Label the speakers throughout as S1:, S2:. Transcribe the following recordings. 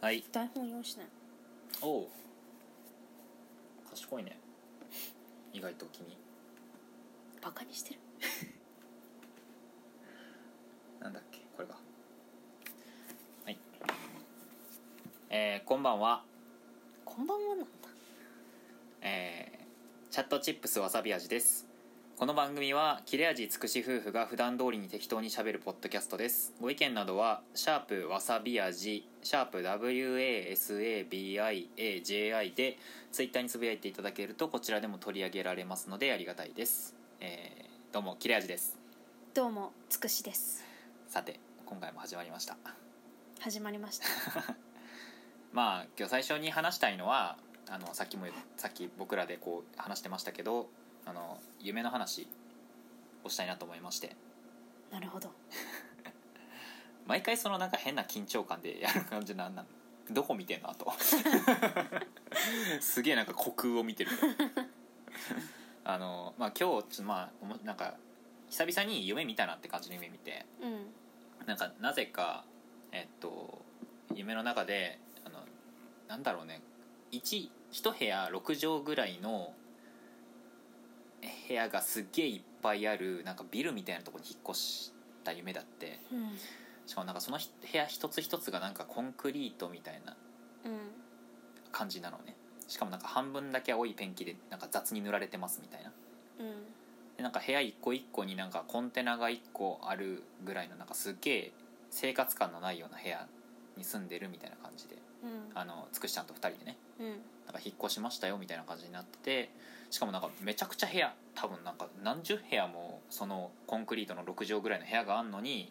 S1: はい
S2: 台本用意しない
S1: おう賢いね意外と君
S2: バカにしてる
S1: なんだっけこれかはいえー、こんばんは
S2: こんばんはなんだ
S1: えーチャットチップスわさび味ですこの番組は切れ味つくし夫婦が普段通りに適当にしゃべるポッドキャストですご意見などは「シャープわさび味」「シャープ #wasabiaji」でツイッターにつぶやいていただけるとこちらでも取り上げられますのでありがたいです、えーどうも切れ味です
S2: どうもつくしです
S1: さて今回も始まりました
S2: 始まりました
S1: まあ今日最初に話したいのはあのさっきもさっき僕らでこう話してましたけどあの夢の話をしたいなと思いまして
S2: なるほど
S1: 毎回そのなんか変な緊張感でやる感じなんなんどこ見てんのあとすげえなんか虚空を見てるあのまあ今日ちょっとまあおもなんか久々に夢見たなって感じの夢見て
S2: うん
S1: なんかなぜかえっと夢の中であのなんだろうね 1, 1部屋6畳ぐらいの部屋がすっげえいっぱいあるなんかビルみたいなところに引っ越した夢だって
S2: うん
S1: しかもなんかそのひ部屋一つ一つがなんかコンクリートみたいな
S2: うん
S1: 感じなのねしかもなんか半分だけ青いペンキでなんか雑に塗られてますみたいな
S2: うん
S1: でなんか部屋一個一個になんかコンテナが一個あるぐらいのなんかすげえ生活感のないような部屋に住んでるみたいな感じで
S2: うん
S1: あのつくしちゃんと2人でね
S2: うん
S1: なんか引っ越しましたよみたいな感じになっててしかもなんかめちゃくちゃ部屋多分なんか何十部屋もそのコンクリートの6畳ぐらいの部屋があんのに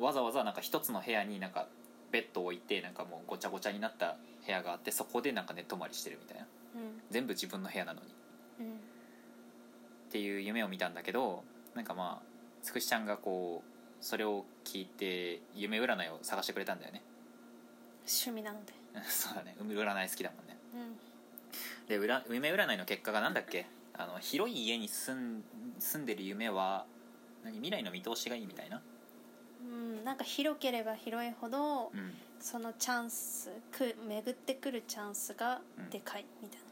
S1: わざわざなんか一つの部屋になんかベッドを置いてなんかもうごちゃごちゃになった部屋があってそこでなんか寝泊まりしてるみたいな
S2: うん
S1: 全部自分の部屋なのに
S2: うん
S1: っていう夢を見たんだけどなんかまあつくしちゃんがこうそれを聞いて夢占いを探してくれたんだよね
S2: 趣味なので
S1: そうだね夢占い好きだもんね
S2: うん
S1: でうら夢占いの結果がなんだっけあの広い家に住ん住んでる夢は何未来の見通しがいいみたいな
S2: うん、なんか広ければ広いほど
S1: うん
S2: そのチャンスく巡ってくるチャンスがでかいみたいな、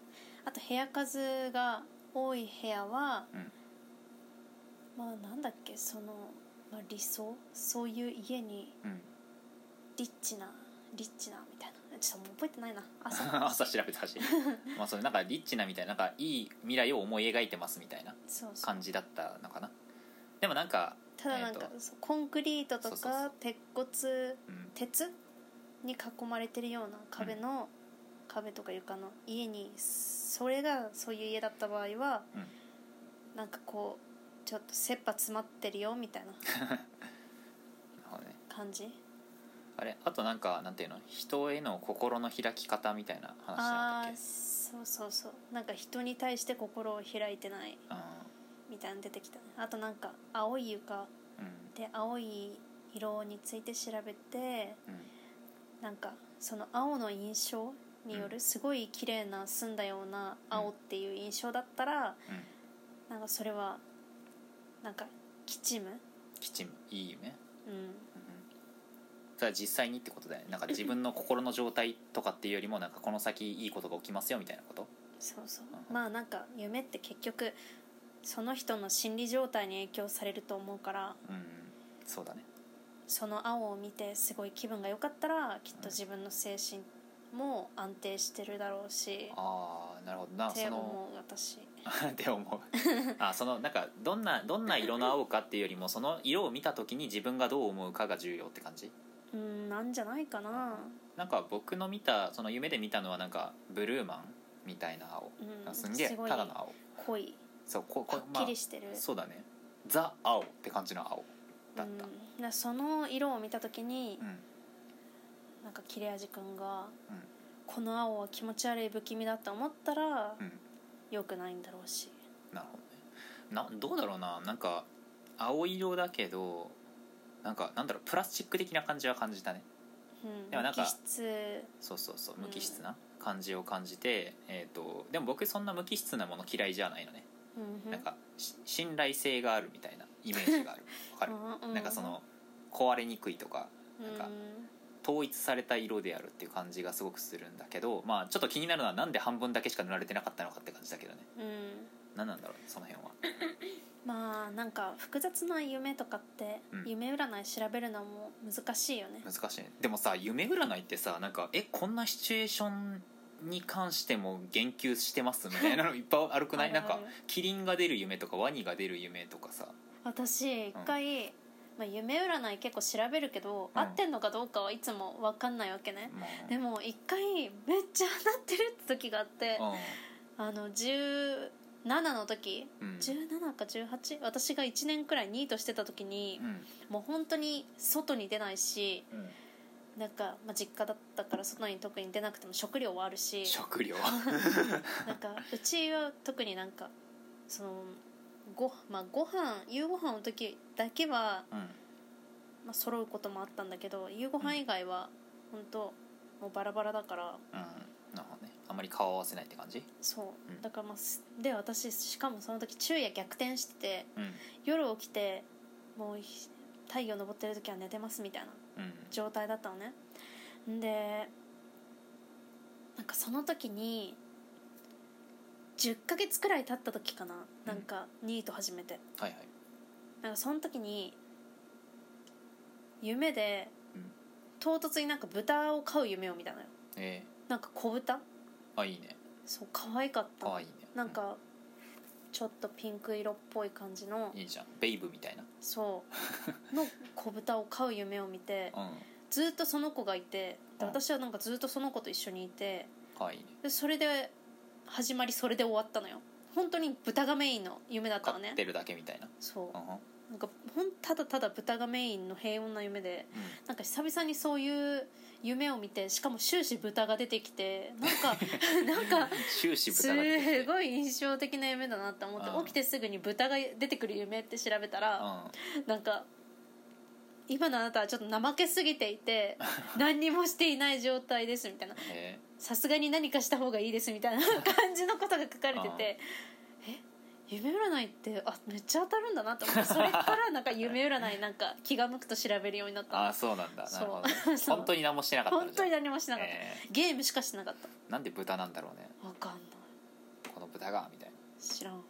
S2: あと部屋数が多い部屋は、
S1: うん
S2: まあなんだっけその、まあ、理想そういう家に
S1: うん
S2: リッチなリッチなみたいなちょっともう覚えてないな朝
S1: 朝調べたしまあそれなんかリッチなみたいななんかいい未来を思い描いてますみたいな
S2: そうそう
S1: 感じだったのかなでもなんか、
S2: ただな
S1: え
S2: んか、
S1: ー
S2: そうコンクリートと
S1: そうそうそ
S2: か鉄骨
S1: うん、
S2: 鉄に囲まれてるような壁の、壁とか床の家にそれがそういう家だった場合は、なんかこうちょっと切羽詰まってるよみたいな
S1: なるほどね
S2: 感じ
S1: あれあとなんかなんていうの人への心の開き方みたいな話なんだ
S2: あ
S1: っ
S2: あ
S1: け
S2: そうそうそうなんか人に対して心を開いてないみたいなの出てきたねあとなんか青い床
S1: うん
S2: で青い色について調べて
S1: うん
S2: なんかその青の印象によ
S1: う
S2: る
S1: ん
S2: すごい綺麗な澄んだような青っていう印象だったら、
S1: うんうん
S2: なんかそれはなんか吉夢
S1: きちんいい夢、うん、
S2: うん
S1: それは実際にってことだよねなんか自分の心の状態とかっていうよりもなんかこの先いいことが起きますよみたいなこと
S2: そうそう
S1: うん
S2: まあなんか夢って結局その人の心理状態に影響されると思うから
S1: うんそうだね
S2: その青を見てすごい気分が良かったらきっと自分の精神も安定してるだろうし、
S1: ああなるほどな
S2: って
S1: その
S2: 思う私
S1: って 思うあそのなんかどんなどんな色の青かっていうよりもその色を見た時に自分がどう思うかが重要って感じ
S2: うんなんじゃないかな、
S1: なんか僕の見たその夢で見たのはなんかブルーマンみたいな青
S2: うん、
S1: すんげえ
S2: すごい
S1: ただの青
S2: 濃い
S1: そうここ
S2: はっきりしてる、
S1: まあ、そうだねザ青って感じの青だった、
S2: うん、だからその色を見た時に、
S1: うん
S2: なんか切れ味くんが、
S1: うん
S2: この青は気持ち悪い不気味だと思ったら、
S1: うん
S2: 良くないんだろうし
S1: なるほどねなどうだろうななんか青色だけどなんかなんだろうプラスチック的な感じは感じたね
S2: うん
S1: でもなんか
S2: 無機質
S1: そうそうそう
S2: うん
S1: 無機質な感じを感じて、えー、とでも僕そんな無機質なもの嫌いじゃないのね、
S2: うん
S1: なんかし信頼性があるみたいなイメージがあるわかる、
S2: うう
S1: なんかその壊れにくいとか
S2: う
S1: なんか
S2: うん
S1: 通統一された色であるっていう感じがすごくするんだけどまあちょっと気になるのはなんで半分だけしか塗られてなかったのかって感じだけどね
S2: うん
S1: 何なんだろうねその辺は
S2: まあなんか複雑な夢とかって、
S1: うん
S2: 夢占い調べるのも難しいよね
S1: 難しいねでもさ夢占いってさなんかえこんなシチュエーションに関しても言及してますみたいなのいっぱいあるくない
S2: ある
S1: な
S2: あ
S1: ん
S2: る
S1: かキリンが出る夢とかワニが出る夢とかさ
S2: 私一回、まあ、夢占い結構調べるけど、
S1: うん
S2: 合ってんのかどうかはいつも分かんないわけね、
S1: もう
S2: でも一回めっちゃ当たってるって時があって、あの17の時
S1: うんうん
S2: 17か 18? 私が1年くらいニートしてた時に
S1: う、ん
S2: もう本当に外に出ないし
S1: うん
S2: なんか、まあ、実家だったから外に特に出なくても食料はあるし
S1: 食 料
S2: なんかうちは特になんかそのご,、まあ、ご飯夕ご飯の時だけは、
S1: うん
S2: まあ揃うこともあったんだけど夕ご飯以外は本当もうバラバラだから
S1: うんなるほどねあんまり顔合わせないって感じ
S2: そう、
S1: うん
S2: だからまあすで私しかもその時昼夜逆転してて
S1: うん
S2: 夜起きてもうひ太陽昇ってる時は寝てますみたいな
S1: うん
S2: 状態だったのねんでなんかその時に10ヶ月くらい経った時かななんかニート始めて、
S1: はいはい
S2: なんかその時に夢で
S1: うん
S2: 唐突になんか豚を飼う夢を見たのよ
S1: え
S2: なんか小豚
S1: ー、あいいね
S2: そう可愛かった
S1: か
S2: の
S1: わいいね
S2: なんかちょっとピンク色っぽい感じの
S1: うんいいじゃんベイブみたいな
S2: そ うの小豚を飼う夢を見て
S1: うん
S2: ずっとその子がいて
S1: う
S2: で
S1: ん
S2: 私はなんかずっとその子と一緒にいて
S1: かわいいね
S2: でそれで始まりそれで終わったのよ本当に豚がメインの夢だった
S1: 飼
S2: のね
S1: ってるだけみたいな
S2: そう
S1: うんうん
S2: なんかほんただただ豚がメインの平穏な夢でなんか久々にそういう夢を見てしかも終始豚が出てきてなん かなんか
S1: 終始
S2: す
S1: 豚が出てきて
S2: ごい印象的な夢だなって思って
S1: うん
S2: 起きてすぐに豚が出てくる夢って調べたら
S1: うん
S2: なんか今のあなたはちょっと怠けすぎていて何にもしていない状態ですみたいな
S1: へ
S2: さすがに何かした方がいいですみたいな感じのことが書かれててえ夢占いってあめっちゃ当たるんだなと思ってそれからなんか夢占いなんか気が向くと調べるようになっ
S1: ーあ
S2: た
S1: あそうなんだ
S2: そう
S1: なるほどね
S2: そう
S1: 本当に何もしてなかったの
S2: 本当に
S1: じゃ
S2: 何もし
S1: あ
S2: なかった、
S1: え
S2: ゲームしかしなかった
S1: ーなんで豚なんだろうね
S2: わかんない
S1: この豚がみたいな
S2: 知らん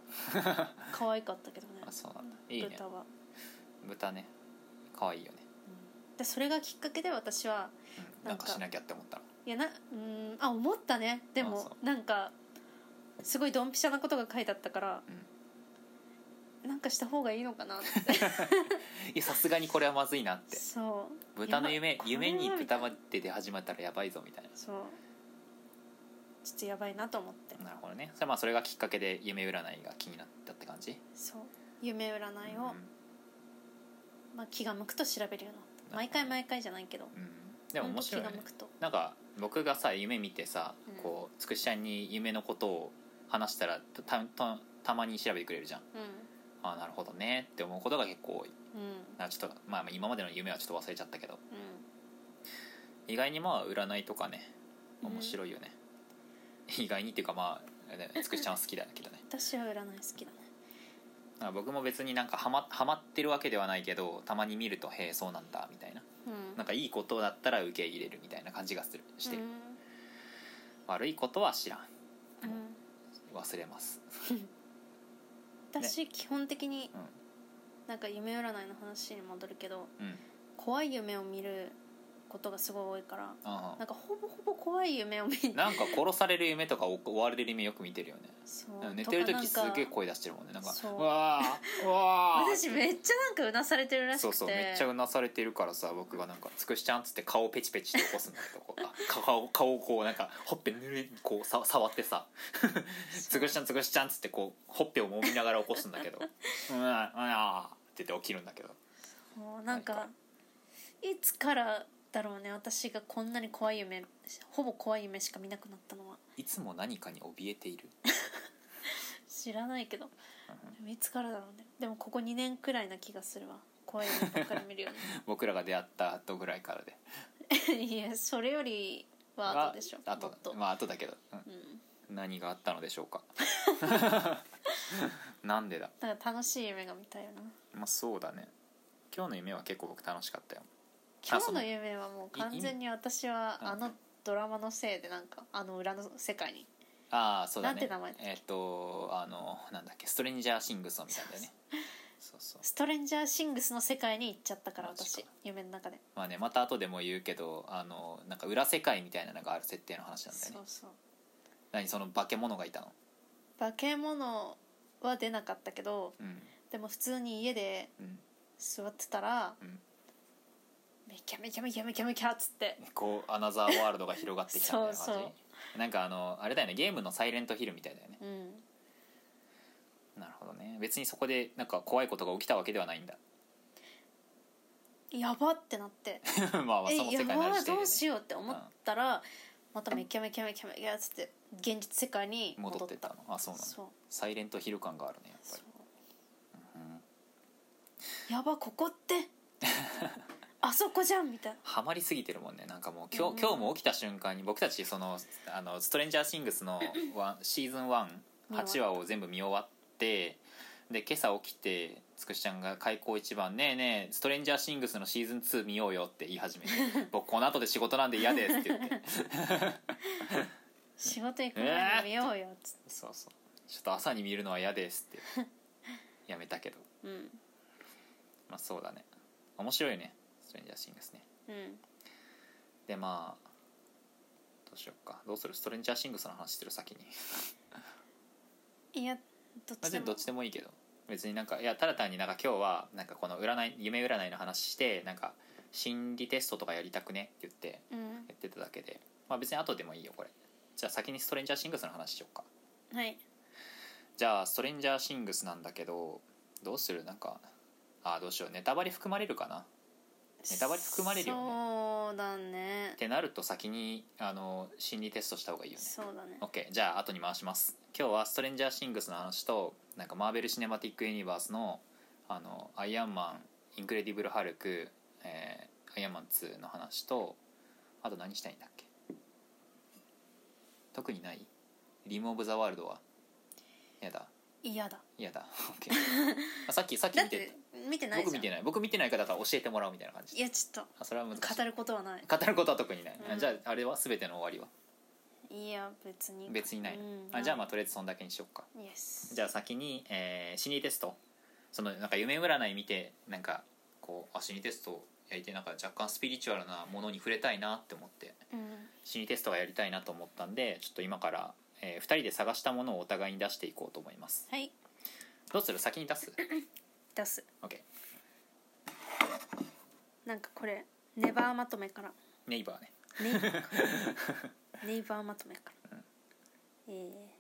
S2: 可愛かったけどね
S1: あそうなんだいいね
S2: 豚は、
S1: 豚ね可愛いよね
S2: うんでそれがきっかけで私は
S1: うん
S2: な
S1: なんん
S2: か
S1: かしなきゃって思ったの
S2: いやなうんあ思ったねで
S1: あ
S2: も
S1: そ
S2: なんかすごいドンピシャなことが書いてあったから、なんかした方がいいの かなって
S1: いやさすがにこれはまずいなって
S2: そう
S1: 豚の夢
S2: やばい
S1: 夢に
S2: これはみた
S1: 豚
S2: いな
S1: まで出始まったらやばいぞみたいな
S2: そうちょっとやばいなと思って
S1: なるほどねそれまあそれがきっかけで夢占いが気になったって感じ
S2: そう夢占いを、
S1: う
S2: まあ、気が向くと調べるようになった毎回毎回じゃないけど
S1: んうんでも面白い
S2: ほ
S1: よ
S2: んと
S1: ね
S2: 気が向くと
S1: なんか僕がさ夢見てさ、
S2: うん
S1: こうつくしちゃんに夢のことを話したらたたたたまに調べてくれるじゃん
S2: う
S1: ああなるほどねって思うことが結構多い
S2: んうん
S1: なちょっと、まあ、今までの夢はちょっと忘れちゃったけど
S2: うん
S1: 意外にまあ占いとかね
S2: うん
S1: 面白いよね、意外にっていうかまあねつくしちゃんは好きだけどね
S2: 私は占い好きだね
S1: なんか僕も別になんかハマハマってるわけではないけどたまに見るとへえそうなんだみたいな
S2: うん
S1: なんかいいことだったら受け入れるみたいな感じがするしてる、悪いことは知らん
S2: うんうん
S1: 忘れます
S2: 私基本的に
S1: うん
S2: なんか夢占いの話に戻るけど
S1: うん
S2: 怖い夢を見ることがすごい多いから
S1: あ
S2: なんかほぼほぼ怖い夢を見
S1: あ なんか殺される夢とか追われる夢よく見てるよね
S2: そう
S1: 寝てる
S2: とかなん
S1: 時
S2: か
S1: すげえ声出してるもんねなんか
S2: そう
S1: うわーうわー
S2: 私めっちゃなんかうなされてるらしく
S1: そ
S2: て
S1: うそうめっちゃうなされてるからさ僕がなんか「つくしちゃん」っつって顔ペチペチって起こすんだけどこうあか顔顔をこうなんかほっぺぬれこうさ触って さ「つくしちゃんつくしちゃん」っつってこうほっぺを揉みながら起こすん だけど「うんうんあー」って言って起きるんだけど
S2: もうなん
S1: は
S2: かいつからだろうね私がこんなに怖い夢ほぼ怖い夢しか見なくなったのはい
S1: つも何かに怯えている
S2: 知らないけどでもいつからだろうねでもここ2年くらいな気がするわ怖い夢ばっかり見るよ
S1: 僕らが出会った後ぐらいからで
S2: ね いやそれよりは後でしょ
S1: あ
S2: もっと、
S1: とまあ後だけど、うん
S2: うん、
S1: 何があったのでしょう かなんでだ
S2: だから楽しい夢が見たいよな
S1: まあそうだね今日の夢は結構僕楽しかったよ
S2: 今
S1: そ
S2: 日
S1: の
S2: の夢はもう完全に私は
S1: うん
S2: あのドラマのせいでなんかあの裏の世界に
S1: ああそうだね
S2: なんて名前だっ
S1: えっ、とあのなんだっけストレンジャーシングスを見たんだよね そうそう
S2: ストレンジャーシングスの世界に行っちゃったから
S1: マジか
S2: 私夢の中で
S1: まあねまた後でも言うけどあのなんか裏世界みたいなのがある設定の話なんだよ
S2: そ
S1: ね
S2: うそう
S1: 何その化け物がいたの
S2: 化け物は出なかったけど
S1: うん
S2: でも普通に家で
S1: うん
S2: 座ってたら
S1: うん
S2: めきゃめきゃめきゃめきゃめきゃっつって
S1: こうアナザーワールドが広がってきたみたいな感じ
S2: そうそ
S1: なんかあのあれだよねゲームの「サイレントヒル」みたいだよね
S2: うん
S1: なるほどね別にそこでなんか怖いことが起きたわけではないんだ
S2: やばってなって
S1: まあまあ
S2: え
S1: その世
S2: や
S1: 界にある
S2: ばい
S1: 時点
S2: ど
S1: で
S2: う
S1: ね
S2: しようって思ったら、まためきゃめきゃめきゃめきゃっつって現実世界に戻った
S1: 戻ってったのあそうなの
S2: そう
S1: サイレントヒル感があるねやっぱ
S2: そ
S1: りう
S2: う
S1: ん
S2: やばここって あそこじゃんみたいな
S1: ハマりすぎてるもんねなんかもう今日,、
S2: うん
S1: 今日も起きた瞬間に僕たちそのあの「ストレンジャーシングスのワン」シーズン
S2: 見終わった
S1: 18話を全部見終わってで今朝起きてつくしちゃんが開口一番「ねえねえストレンジャーシングスのシーズン2見ようよ」って言い始め て「僕この後で仕事なんで嫌です」って言って
S2: 仕事行く前に見ようよっつって、
S1: そうそうちょっと朝に見るのは嫌ですって やめたけど
S2: うん
S1: まあそうだね面白いねストレンジャーシングスね
S2: うん
S1: でまあどうしようかどうするストレンジャーシングスの話する 先に
S2: いやどっ
S1: まあ
S2: ちで
S1: 全然
S2: も
S1: どっちでもいいけど別になんかいやただ単になんか今日はなんかこの占い夢占いの話してなんか心理テストとかやりたくねって言って
S2: うん
S1: やってただけでまあ別に後でもいいよこれじゃあ先にストレンジャーシングスの話しようか
S2: はい
S1: じゃあストレンジャーシングスなんだけどどうするなんかあーどうしようネタバレ含まれるかなネタバレ含まれるよね
S2: そうだね
S1: ってなると先にあの心理テストした方がいいよね
S2: そうだね
S1: OK じゃあ後に回します今日は「ストレンジャーシングス」の話となんかマーベル・シネマティック・ユニバースの「あのアイアンマン」「インクレディブル・ハルク」えーアイアンマン2」の話とあと何したいんだっけ特にないリム・オブ・ザ・ワールドはやだ
S2: 嫌だ
S1: やだ OK あさっきさっき
S2: だっ
S1: 見て
S2: て見てない
S1: 僕
S2: じ
S1: 見
S2: ゃん
S1: てない僕見てないからだから教えてもらうみたいな感じ
S2: いやちょっ
S1: あそれは難しい
S2: と語ることはない
S1: 語ることは特にない、
S2: うん
S1: じゃああれは全ての終わりはい
S2: や別に
S1: 別にない、
S2: うん
S1: あじゃあまあとりあえずそんだけにしよっか
S2: イエス
S1: じゃあ先に、えー心理テストそのなんか夢占い見てなんかこうあ心理テストやりてえなんか若干スピリチュアルなものに触れたいなって思って
S2: うん
S1: 心理テストがやりたいなと思ったんでちょっと今から、え2人で探したものをお互いに出していこうと思います
S2: はい
S1: どうする先に出す
S2: 出す
S1: OK
S2: なんかこれネバーまとめから
S1: ネイバーね
S2: ネイバーかネイバーまとめから、えー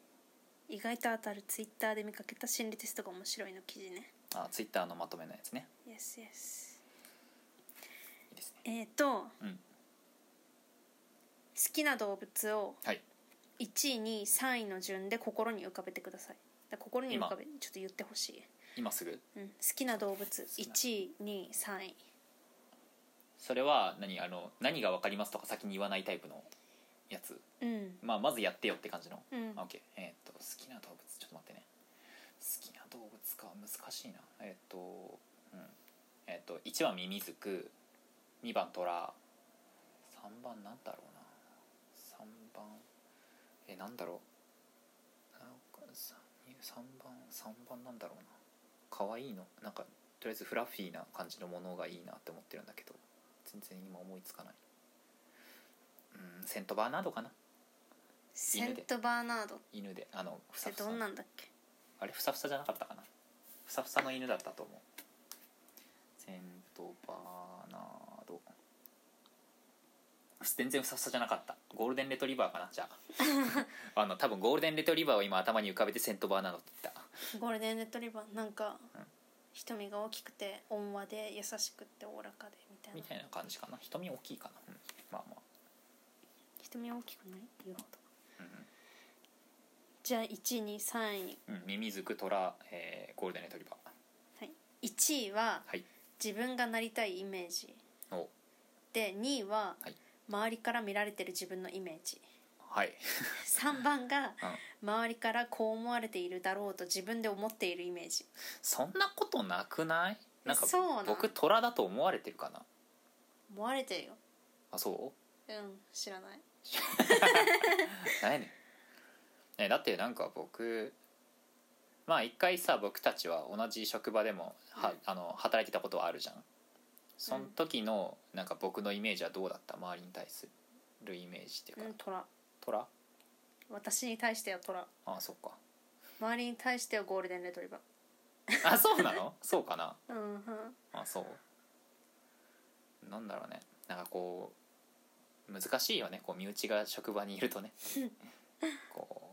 S2: 意外と当たるツイッターで見かけた心理テストが面白いの記事ね
S1: あツイッターのまとめのやつね
S2: Yes,
S1: い
S2: yes.
S1: いですね
S2: えっ、と、
S1: うん
S2: 好きな動物を
S1: はい
S2: 1位2位3位の順で心に浮かべてくださいだから心に浮かべちょっと言ってほしい、
S1: 今すぐ
S2: うん、好きな動物
S1: きな
S2: 1位2位3位
S1: それは何あの何が分かりますとか先に言わないタイプのやつ、
S2: うん
S1: まあ、まずやってよって感じの
S2: うん
S1: あ OK えーっと好きな動物ちょっと待ってね好きな動物か難しいなえーっとうんえーっと1番ミミズク2番トラ3番なんだろうな3番えなんだろうなんかさ3番三番なんだろうな可愛いのなんかとりあえずフラッフィーな感じのものがいいなって思ってるんだけど全然今思いつかないうんセントバーナードかな
S2: セントバーナードっ
S1: 犬であのふさ
S2: て
S1: ふさ
S2: どんなんだっけ
S1: あれふさふさじゃなかったかなふさふさの犬だったと思うセントバーナード全然ふさふさじゃなかったゴールデンレトリバーかなじゃ ああの多分ゴールデンレトリバーを今頭に浮かべてセントバーナードって言った
S2: ゴールデンレトリバーなんか、
S1: うん
S2: 瞳が大きくて温和で優しくておおらかでみたいな
S1: みたいな感じかな瞳大きいかな、うんまあま
S2: 瞳大きくない言うほど
S1: あ、
S2: じゃあ1位2位3位
S1: うんうん、ミミズクトラ、えーゴールデンレトリバー
S2: 1位は
S1: はい
S2: 自分がなりたいイメージ
S1: お
S2: で2位は
S1: はい
S2: 周りから見られてる自分のイメージ
S1: はい、
S2: 3番が
S1: うん、
S2: 周りからこう思われているだろうと自分で思っているイメージ
S1: そんなことなくないなんか
S2: そうなん
S1: 僕トラだと思われてるかな
S2: 思われてるよ
S1: あそう
S2: うん知らない
S1: 何やねんねだってなんか僕まあ一回さ僕たちは同じ職場でもは、
S2: うん
S1: あの働いてたことはあるじゃんその時のなんか僕のイメージはどうだった周りに対するイメージっていうか、
S2: うん虎
S1: 虎
S2: 私に対しては虎
S1: ああそっか
S2: 周りに対してはゴールデンレトリバ
S1: あそうな のそうかな
S2: ーうんうん
S1: あそうなんだろうねなんかこう難しいよねこう身内が職場にいる とねこ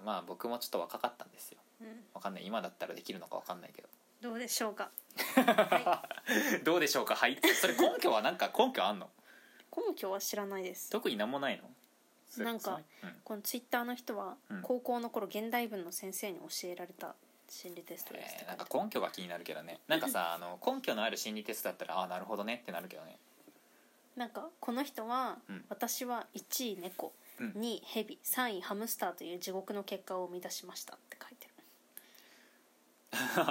S1: うまあ僕もちょっと若かったんですよ
S2: うん
S1: わかんない今だったらできるのかわかんないけど
S2: どうでしょうかは
S1: どうでしょうかはいそれ根拠はなんか根拠あんの
S2: い根拠は知らないです
S1: 特になんもないの
S2: なんか、
S1: うん、
S2: このツイッターの人は
S1: うん
S2: 高校の頃現代文の先生に教えられた心理テストですって
S1: えー
S2: 書
S1: ないん
S2: てあ
S1: か
S2: る
S1: 根拠が気になるけどねなんか さあの根拠のある心理テストだったらああーなるほどねってなるけどね
S2: なんかこの人は、
S1: うん
S2: 私は1位猫
S1: うん
S2: 2位ヘビ3位ハムスターという地獄の結果を生み出しましたって書いて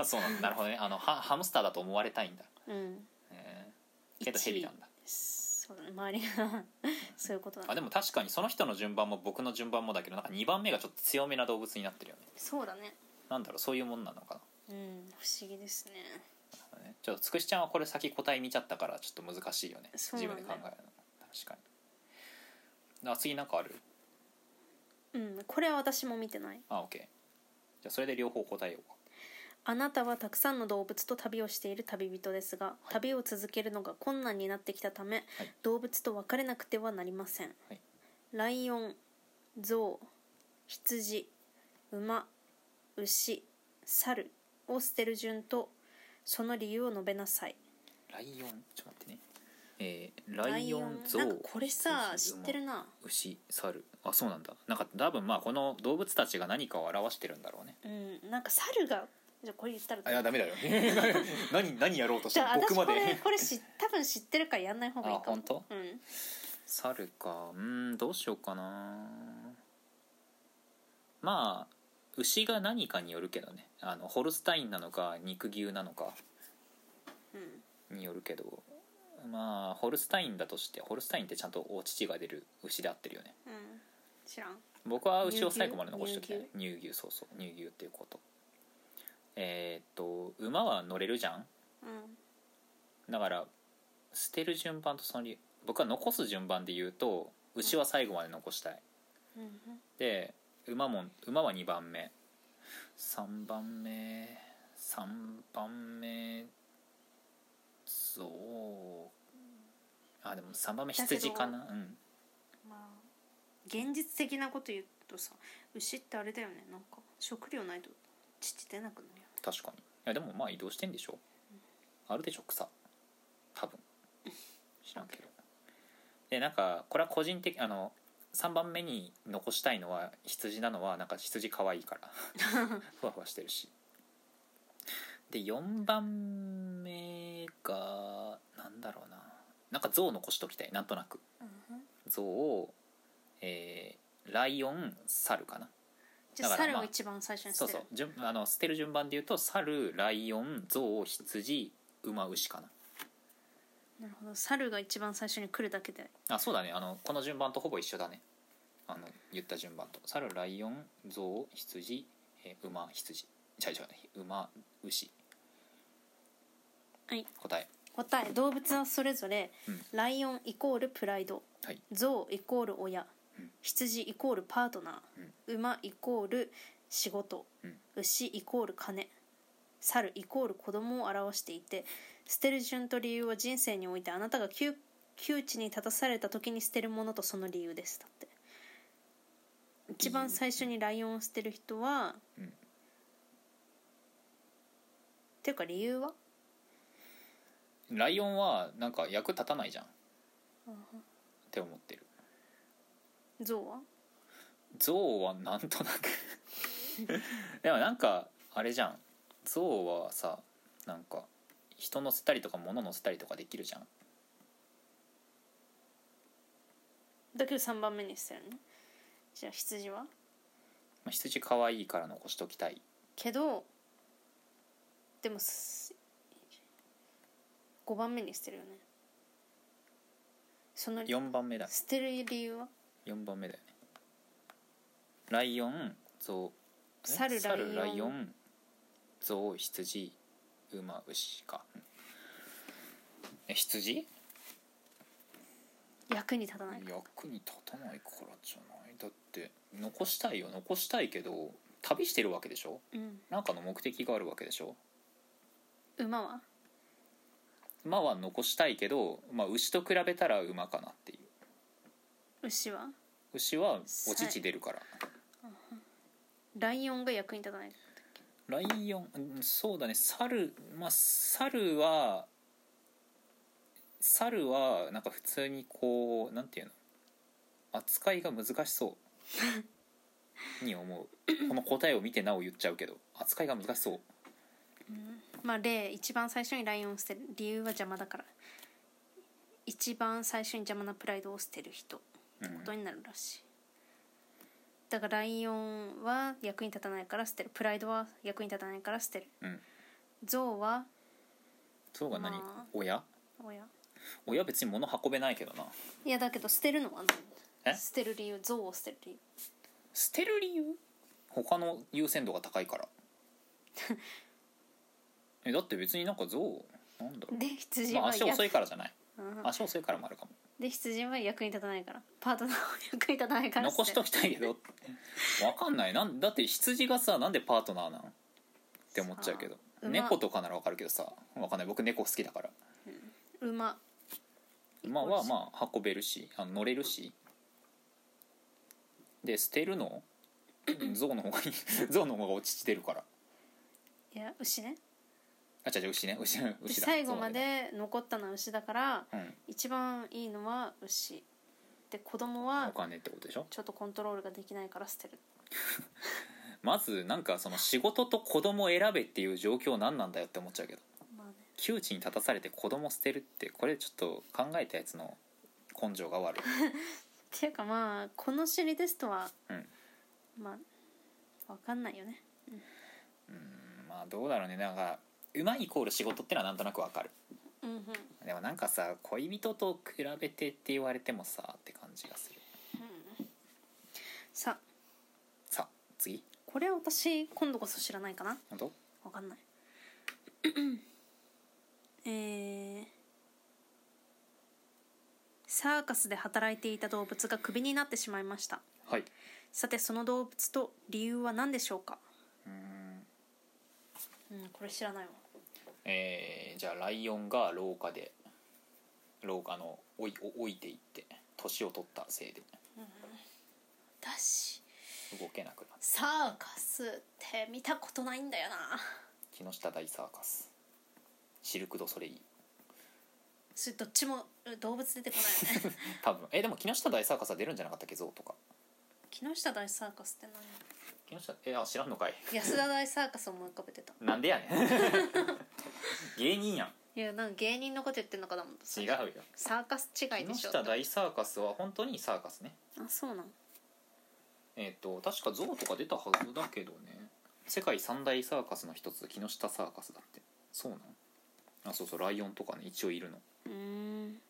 S1: そうなんだなるほどねあのハハムスターだと思われたいんだ、
S2: るうん
S1: えーけどヘビなんだ
S2: そうだね周りがそういうことなん
S1: あ
S2: だ
S1: でも確かにその人の順番も僕の順番もだけどなんか2番目がちょっと強めな動物になってるよね
S2: そうだね
S1: なんだろうそういうもんなのか
S2: うん不思議ですね
S1: な、ね、ちょっとつくしちゃんはこれ先答え見ちゃったからちょっと難しいよね
S2: そう
S1: 自
S2: なん
S1: 分
S2: だ
S1: で
S2: よ
S1: 考えるの確かにあ次なんかある
S2: うんこれは私も見てない
S1: あオッケーじゃあそれで両方答えようか
S2: あなたはたくさんの動物と旅をしている旅人ですが、旅を続けるのが困難になってきたため、
S1: はい
S2: 動物と別れなくてはなりません、
S1: はい
S2: ライオンゾウ羊馬牛猿を捨てる順とその理由を述べなさい
S1: ライオンちょっと待ってねえーライオンゾ
S2: なんか
S1: ウ
S2: これさ
S1: 羊
S2: 知っ
S1: 馬
S2: てるな
S1: 牛猿あそうなんだなんか多分まあこの動物たちが何かを表してるんだろうね
S2: うんなんか猿がじゃあこれ言ったら
S1: あいやダメだ よ何何やろうとし
S2: じ
S1: て
S2: ゃあ私
S1: 僕
S2: こ
S1: まで
S2: れこれし多分知ってるからやんない方がいい
S1: あ
S2: かも
S1: 本当
S2: うん
S1: 猿かうーんどうしようかなまあ牛が何かによるけどねあのホルスタインなのか肉牛なのか
S2: うん
S1: によるけどまあホルスタインだとしてホルスタインってちゃんとお乳が出る牛で合ってるよね
S2: うん知らん
S1: 僕は牛を最後まで残しておきたい
S2: 乳
S1: 乳牛そうそう乳牛っていうことえーっと馬は乗れるじゃん
S2: うん
S1: だから捨てる順番とその理由僕は残す順番で言うと牛は最後まで残したい
S2: うんうん
S1: で馬も馬は2番目3番目3番目そうあでも3番目
S2: だけど
S1: 羊かなうん
S2: まあ現実的なこと言うとさ牛ってあれだよねなんか食料ないと乳出なくなるよね
S1: 確かにいやでもまあ移動してんでしょあるでしょ草多分知らんけどでなんかこれは個人的あの3番目に残したいのは羊なのはなんか羊可愛いからふわふわしてるしで4番目がなんだろうななんか象を残しときたいなんとなく象を、えーライオン猿かな
S2: じゃあ
S1: だから
S2: 猿
S1: まあ
S2: を一番最初に
S1: そ
S2: 捨
S1: う
S2: て
S1: そ
S2: る
S1: う順あの捨てる順番で言うと猿ライオンゾウ羊馬牛かな
S2: なるほど猿が一番最初に来るだけで
S1: あそうだねあのこの順番とほぼ一緒だねあの言った順番と猿ライオンゾウ羊、えー馬羊ちゃいちゃう馬牛
S2: はい
S1: 答え
S2: 答え動物はそれぞれ、
S1: うん
S2: ライオンイコールプライド
S1: はい
S2: 象イコール親、
S1: うん
S2: 羊イコールパートナー、馬イコール仕事、
S1: うん
S2: 牛イコール金猿イコール子供を表していて捨てる順と理由は人生においてあなたが窮窮地に立たされた時に捨てるものとその理由ですだって一番最初にライオンを捨てる人は、
S1: うん
S2: っていうか理由は
S1: ライオンはなんか役立たないじゃんって思ってる
S2: 象は
S1: ゾウはなんとなくでもなんかあれじゃんゾウはさなんか人乗せたりとか物乗せたりとかできるじゃん
S2: だけど3番目に捨てるねじゃあ羊は
S1: まあ、羊可愛いから残しときたい
S2: けどでも5番目に捨てるよねその
S1: 4番目だ
S2: 捨てる理由は
S1: 4番目だよねライオンゾウえ
S2: 猿ライオン
S1: 猿ライオンゾウ羊馬牛かうんえ羊
S2: 役に立たないから
S1: 役に立たないからじゃないだって残したいよ残したいけど旅してるわけでしょ
S2: うん
S1: なんかの目的があるわけでしょ
S2: 馬は
S1: 馬は残したいけど、まあ、牛と比べたら馬かなっていう
S2: 牛は
S1: 牛はお乳出るから
S2: ライオンが役に立たない
S1: ライオンうんそうだね猿まあ猿は猿はなんか普通にこうなんていうの扱いが難しそう に思うこの答えを見てなお言っちゃうけど扱いが難しそう
S2: まあ例一番最初にライオンを捨てる理由は邪魔だから一番最初に邪魔なプライドを捨てる人ってことになるらしい、だからライオンは役に立たないから捨てるプライドは役に立たないから捨てる
S1: うん
S2: 象は
S1: そうが何、
S2: まあ
S1: 親
S2: おや
S1: 親別に物運べないけどない
S2: やだけど捨てるのは
S1: え
S2: 何捨てる理由象を捨てる理由
S1: 捨てる理由他の優先度が高い からえだって別になんか象なんだろ
S2: で
S1: う、
S2: 羊
S1: まあ、
S2: は
S1: 足
S2: 役、
S1: 遅いからじゃない
S2: うん
S1: 足遅いからもあるかも
S2: で羊は役に立たないからパートナーは役に立たないから捨
S1: 残
S2: て
S1: し
S2: る
S1: ときたいけどわかんないなんだって羊がさなんでパートナーなんって思っちゃうけど
S2: さあ馬
S1: 猫とかならわかるけどさわかんない僕猫好きだから
S2: 馬
S1: 馬はまあ運べるしあの乗れるしで捨てるの 象の方がい い象の方がお乳出るから
S2: いや牛ね
S1: あ違う違う牛ね牛
S2: で
S1: 牛だ
S2: 最後
S1: 象だ
S2: ま
S1: ね
S2: で残ったのは牛だから
S1: うん
S2: 一番いいのは牛で子供
S1: お
S2: は
S1: 金ってことでしょ
S2: ちょっとコントロールができないから捨てる
S1: まずなんかその仕事と子供選べっていう状況何なんだよって思っちゃうけど
S2: まあね
S1: 窮地に立たされて子供捨てるってこれちょっと考えたやつの根性が悪い
S2: っていうかまあこの心理テストは、
S1: うん
S2: まあわかんないよね
S1: うんまあどうだろうねなんかうまいイコール仕事ってのはなんとなくわかる
S2: うんうん
S1: でもなんかさ恋人と比べてって言われてもさって感じがする
S2: さあ
S1: さあ次
S2: これ私今度こそ知らないかな
S1: 本当
S2: わかんないえーサーカスで働いていた動物がクビになってしまいました
S1: はい
S2: さてその動物と理由は何でしょうか
S1: うん
S2: うんこれ知らないわ
S1: えーじゃあライオンが廊下で廊下の老い老いていって年を取ったせいで
S2: だし
S1: 動けなくなっ
S2: サーカスって見たことないんだよな
S1: た木下大サーカスシルク・ド・ソレイユ
S2: それどっちもうん動物出てこない よね
S1: 多分えでも木下大サーカスは出るんじゃなかったっけ象とか
S2: 木下大サーカスって何
S1: 木下えあ知らんのかい
S2: 安田大サーカス思い浮かべてた
S1: なんでやねん芸人やん
S2: いやなんか芸人のこと言ってんのかだもん
S1: 違うよ
S2: サーカス違いで
S1: 木
S2: しょ
S1: 下大サーカスは本当にサーカスね
S2: あそうなの
S1: えっ、と確か象とか出たはずだけどね世界三大サーカスの一つ木下サーカスだってそうなのあそうそうライオンとかね一応いるの
S2: うーん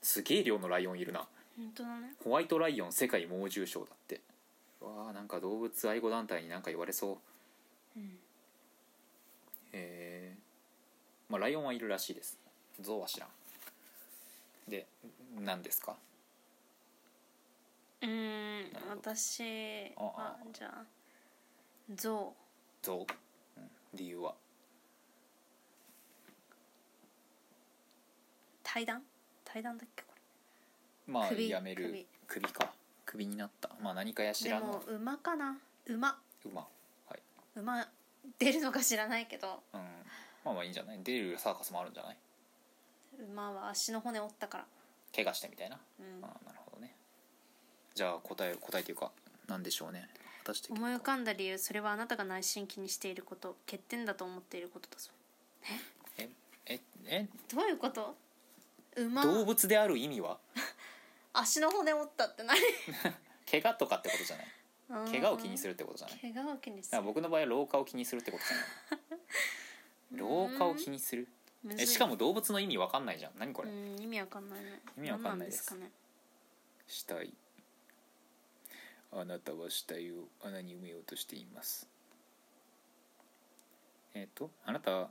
S1: すげえ量のライオンいるな
S2: 本当だね
S1: ホワイトライオン世界猛獣賞だってわあなんか動物愛護団体になんか言われそう
S2: うん
S1: へえまあライオンはいるらしいです象は知らんで何ですか
S2: うーん
S1: なるほど
S2: 私
S1: あ
S2: あじゃあ象
S1: 象、うん理由は
S2: 対談対談だっけこ
S1: まあ
S2: 首
S1: やめる首か首になったまあ何かや
S2: れ
S1: 知
S2: で
S1: らんの
S2: も馬かな馬
S1: 馬はい
S2: 馬出るのか知らないけど
S1: うんまあまあいいんじゃない出るサーカスもあるんじゃない
S2: 馬は足の骨折ったから
S1: 怪我してみたいな、
S2: うん
S1: ああなるほどねじゃあ答え答えというか何でしょうね果たして
S2: 思い浮かんだ理由それはあなたが内心気にしていること欠点だと思っていることだそう
S1: えええ
S2: どういうこと馬
S1: 動物である意味は
S2: 足の骨折ったって何
S1: 怪我とかってことじゃない怪我を気にす
S2: る
S1: るってことじゃない
S2: 怪我を気に
S1: だ
S2: す
S1: から
S2: る
S1: 僕の場合は老化を気にするってことじゃない老化を気にする
S2: むずい
S1: えしかも動物の意味わかんないじゃん何こ
S2: う
S1: れ、
S2: ん意味わかんないね
S1: 意味わかんないです
S2: 何なんです
S1: 死体あなたは死体を穴に埋めようとしていますえっ、とあなたは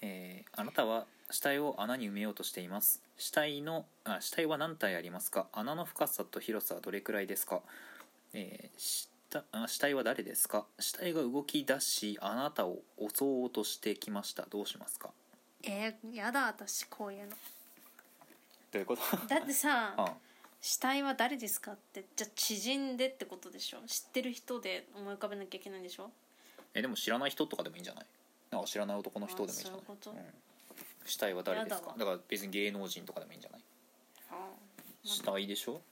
S1: えーあなたは死体を穴に埋めようとしています死体のあ死体は何体ありますか穴の深さと広さはどれくらいですか、えー死体あ死体は誰ですか死体が動き出しあなたを襲おうとしてきましたどうしますか
S2: かねえー、やだ私こういうの
S1: どういうこと
S2: だってさ
S1: あ
S2: 死体は誰ですかってじゃあ知人でってことでしょ知ってる人で思い浮かべなきゃいけないんでしょ
S1: えでも知らない人とかでもいいんじゃないなんか知らない男の人でもいいじゃない
S2: あそういうこと
S1: ん死体は誰です
S2: やだ
S1: か
S2: わ
S1: だから別に芸能人とかでもいいんじゃない死体でしょ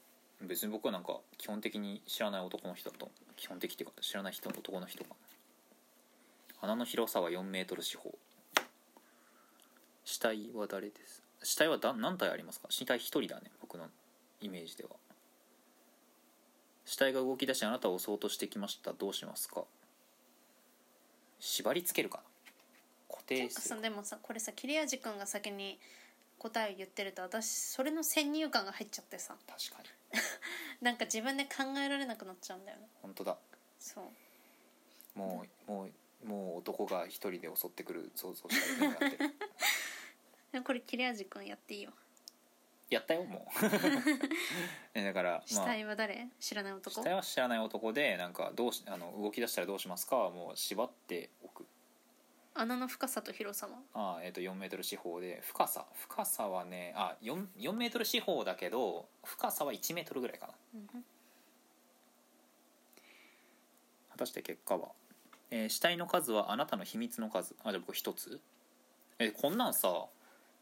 S1: 別に僕はなんか基本的に知らない男の人だと思う基本的っていうか知らない人男の人が穴の広さは4メートル四方死体は誰です死体はだ何体ありますか死体1人だね僕のイメージでは死体が動き出しあなたを襲おうとしてきましたどうしますか縛りつけるかな固
S2: て
S1: 定
S2: か
S1: す
S2: さ
S1: る
S2: でもさこれさ切れ味くんが先に答えを言ってると私それの先入観が入っちゃってさ
S1: 確かに
S2: なんか自分で考えられなくなっちゃうんだよね
S1: 本当だ
S2: そう
S1: もうもうもう男が一人で襲ってくる想像したらってる
S2: でもこれ切れ味くんやっていいよ
S1: やったよも うねだから
S2: 死
S1: まあ
S2: 体は誰知らない男
S1: 死体は知らない男でなんかどうしあの動き出したらどうしますかはもう縛っておく
S2: 穴の深さと広さは
S1: あーえっと4メートル四方で深さ深さはねあ四 4, メートル四方だけど深さは1メートルぐらいかな
S2: うん
S1: 果たして結果は、えー死体の数はあなたの秘密の数あじゃあ僕一つえこんなんさ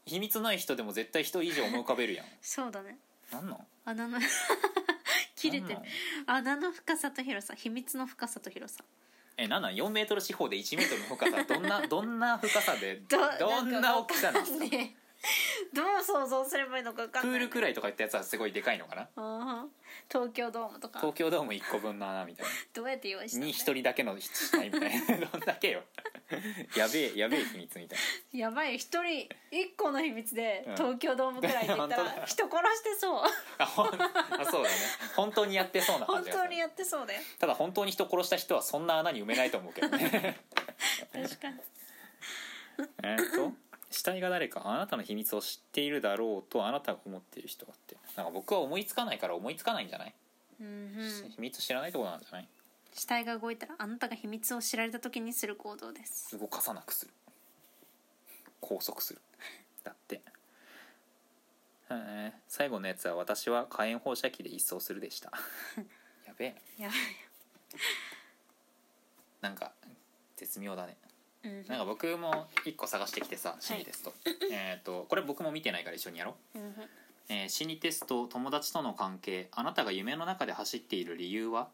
S1: 秘密ない人でも絶対人以上思い浮かべるやん
S2: そうだね
S1: なんなん
S2: 穴の 切れ
S1: な
S2: てる
S1: んなん
S2: 穴の深さと広さ秘密の深さと広さ
S1: えなんなん4メートル四方で1メートルの深さどんな どんな深さで
S2: ど
S1: どんな大きさなん
S2: わ
S1: です
S2: か
S1: か
S2: んねえどう想像すればいいのか分かん
S1: プ
S2: ない
S1: ールくらいとか言ったやつはすごいでかいのかな
S2: ああ東京ドームとか
S1: 東京ドーム1個分の穴みたい
S2: どうやって用意 した
S1: な
S2: の
S1: に1人だけの死体みたい などんだけよやべえやべえ秘密みたい
S2: やばい一人一個の秘密で
S1: うん
S2: 東京ドームくらいって言った
S1: 本当
S2: ら
S1: だ
S2: 人殺し てそう
S1: なあほんあそうだね本当にやってそうな感
S2: 本
S1: じがす
S2: 当
S1: る
S2: にやってそうだよ
S1: ただ本当に人殺した人はそんな穴に埋めないと思うけど ね
S2: 確かに
S1: えっと死体が誰かあなたの秘密を知っているだろうとあなたが思っている人がってなんか僕は思いつかないから思いつかないんじゃない、
S2: うんうん
S1: 秘密知らないところなんじゃない
S2: 死体が動いたらあなたが秘密を知られた時にする行動です
S1: 動かさなくする拘束するだってへえ最後のやつは私は火炎放射器で一掃するでした やべえ
S2: や
S1: なんか絶妙だね
S2: ばいうん
S1: なんか僕も一個探してきてさ心理テスト、えっとこれ僕も見てないから一緒にやろう、
S2: うんうん
S1: えー心理テスト友達との関係あなたが夢の中で走っている理由は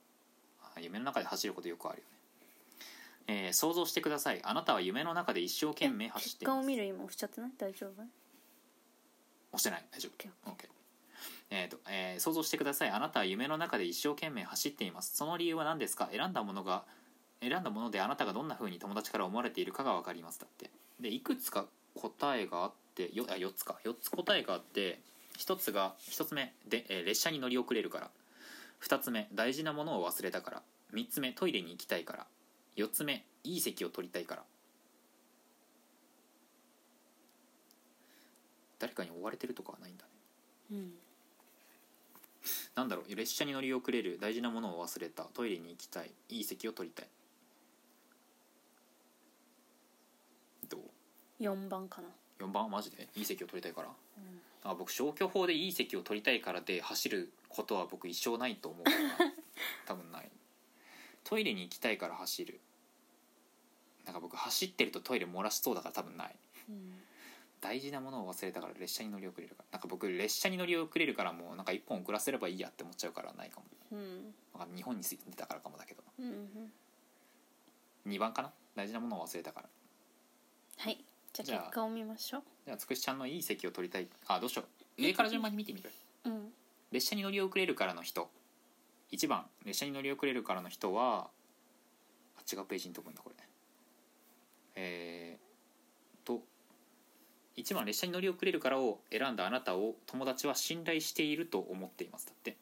S1: あ夢の中で走ることよくあるよね、えー想像してくださいあなたは夢の中で一生懸命走って
S2: 結
S1: いま
S2: 果
S1: す
S2: を見る今押しちゃってない大丈夫
S1: 押してない大丈
S2: ケー
S1: 夫 OK えーとえー想像してくださいあなたは夢の中で一生懸命走っていますその理由は何ですか選んだものが選んだものであなたがどんな風に友達から思われているかが分かりますだってでいくつか答えがあってよあ4つか4つ答えがあって1つが1つ目で、えー列車に乗り遅れるから2つ目大事なものを忘れたから3つ目トイレに行きたいから4つ目いい席を取りたいから誰かに追われてるとかはないんだね
S2: うん
S1: なんだろう列車に乗り遅れる大事なものを忘れたトイレに行きたいいい席を取りたいどう
S2: 4番かな
S1: 4番マジでいい席を取りたいから
S2: うん
S1: あ僕消去法でいい席を取りたいからで走ることは僕一生ないと思うから 多分ないトイレに行きたいから走るなんか僕走ってるとトイレ漏らしそうだから多分ない
S2: うん
S1: 大事なものを忘れたから列車に乗り遅れるからなんか僕列車に乗り遅れるからもうなんか1本遅らせればいいやって思っちゃうからないかも
S2: うん
S1: わかんない日本に住んでたからかもだけど
S2: うんうん
S1: 2番かな大事なものを忘れたから
S2: はいじ
S1: じゃ
S2: ゃあ
S1: あ
S2: 結果を見ましょ
S1: じゃあつくしちゃんのいい席を取りたいあどうしよう上から順番に見てみる
S2: ううん
S1: 列車に乗り遅れるからの人1番列車に乗り遅れるからの人はあ違うページに飛ぶんだこれえー、と1番列車に乗り遅れるからを選んだあなたを友達は信頼していると思っていますだって、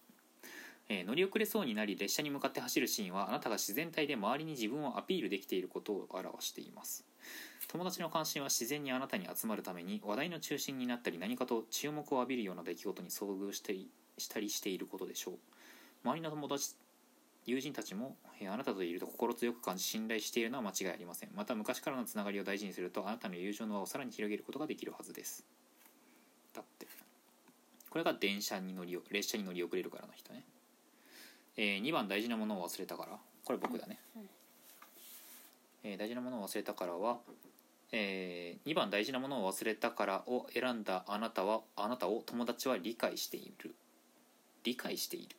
S1: えー乗り遅れそうになり列車に向かって走るシーンはあなたが自然体で周りに自分をアピールできていることを表しています友達の関心は自然にあなたに集まるために話題の中心になったり何かと注目を浴びるような出来事に遭遇していしたりしていることでしょう周りの友達友人たちも、えーあなたといると心強く感じ信頼しているのは間違いありませんまた昔からのつながりを大事にするとあなたの友情の輪をさらに広げることができるはずですだってこれが電車に乗りお列車に乗り遅れるからの人ね、え2番大事なものを忘れたからこれ僕だね、
S2: うん
S1: えー大事なものを忘れたからは、え2番大事なものを忘れたからを選んだあなたはあなたを友達は理解している理解している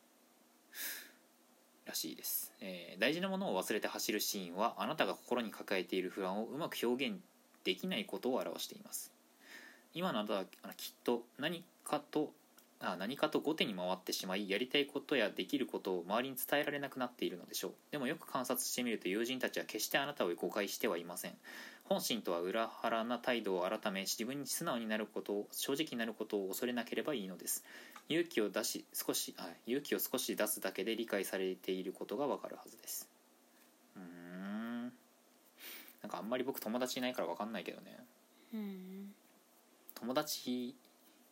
S1: らしいです、えー大事なものを忘れて走るシーンはあなたが心に抱えている不安をうまく表現できないことを表しています今のあなたはあのきっと何かとあ何かと後手に回ってしまいやりたいことやできることを周りに伝えられなくなっているのでしょうでもよく観察してみると友人たちは決してあなたを誤解してはいません本心とは裏腹な態度を改め自分に素直になることを正直になることを恐れなければいいのです勇気を出し少しあ勇気を少し出すだけで理解されていることがわかるはずですうーんなんかあんまり僕友達いないからわかんないけどね
S2: うん
S1: 友達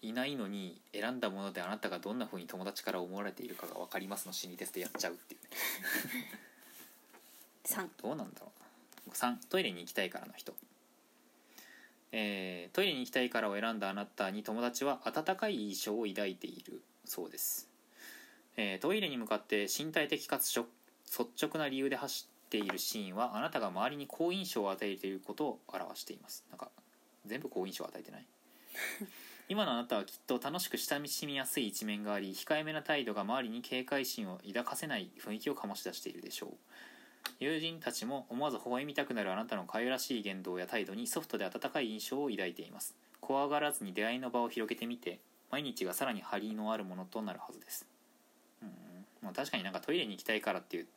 S1: いないのに選んだものであなたがどんな風に友達から思われているかがわかりますの心理テストやっちゃうっていうね
S2: 3
S1: どうなんだろうな3トイレに行きたいからの人えートイレに行きたいからを選んだあなたに友達は温かい印象を抱いているそうです、えートイレに向かって身体的かつしょ率直な理由で走っているシーンはあなたが周りに好印象を与えていることを表していますなんか全部好印象を与えてない 今のあなたはきっと楽しく親しみやすい一面があり控えめな態度が周りに警戒心を抱かせない雰囲気を醸し出しているでしょう友人たちも思わず微笑みたくなるあなたのかゆらしい言動や態度にソフトで温かい印象を抱いています怖がらずに出会いの場を広げてみて毎日がさらに張りのあるものとなるはずですうんまあ確かになんかトイレに行きたいからっていう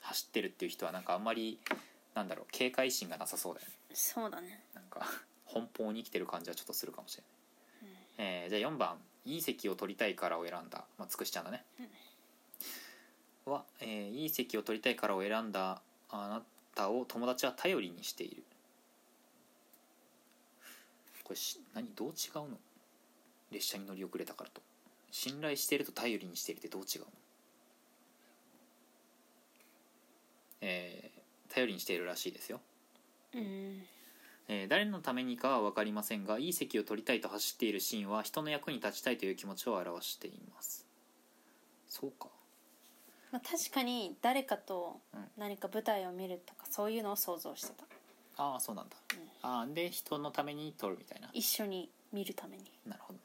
S1: 走ってるっていう人はなんかあんまりなんだろう警戒心がなさそうだよね
S2: そうだね
S1: なんか奔放に生きてる感じはちょっとするかもしれない、えーじゃあ4番「いい席を取りたいから」を選んだ、まあ、つくしちゃんだね、は、えーいい席を取りたいから」を選んだあなたを友達は頼りにしているこれし何どう違うの列車に乗り遅れたからと信頼していると頼りにしているってどう違うのえー頼りにしているらしいですよ
S2: うん
S1: えー誰のためにかは分かりませんがいい席を取りたいと走っているシーンは人の役に立ちたいという気持ちを表していますそうか
S2: まあ、確かに誰かと
S1: うん
S2: 何か舞台を見るとかそういうのを想像してた
S1: ああそうなんだ、ああで人のために取るみたいな
S2: 一緒に見るために
S1: なるほどね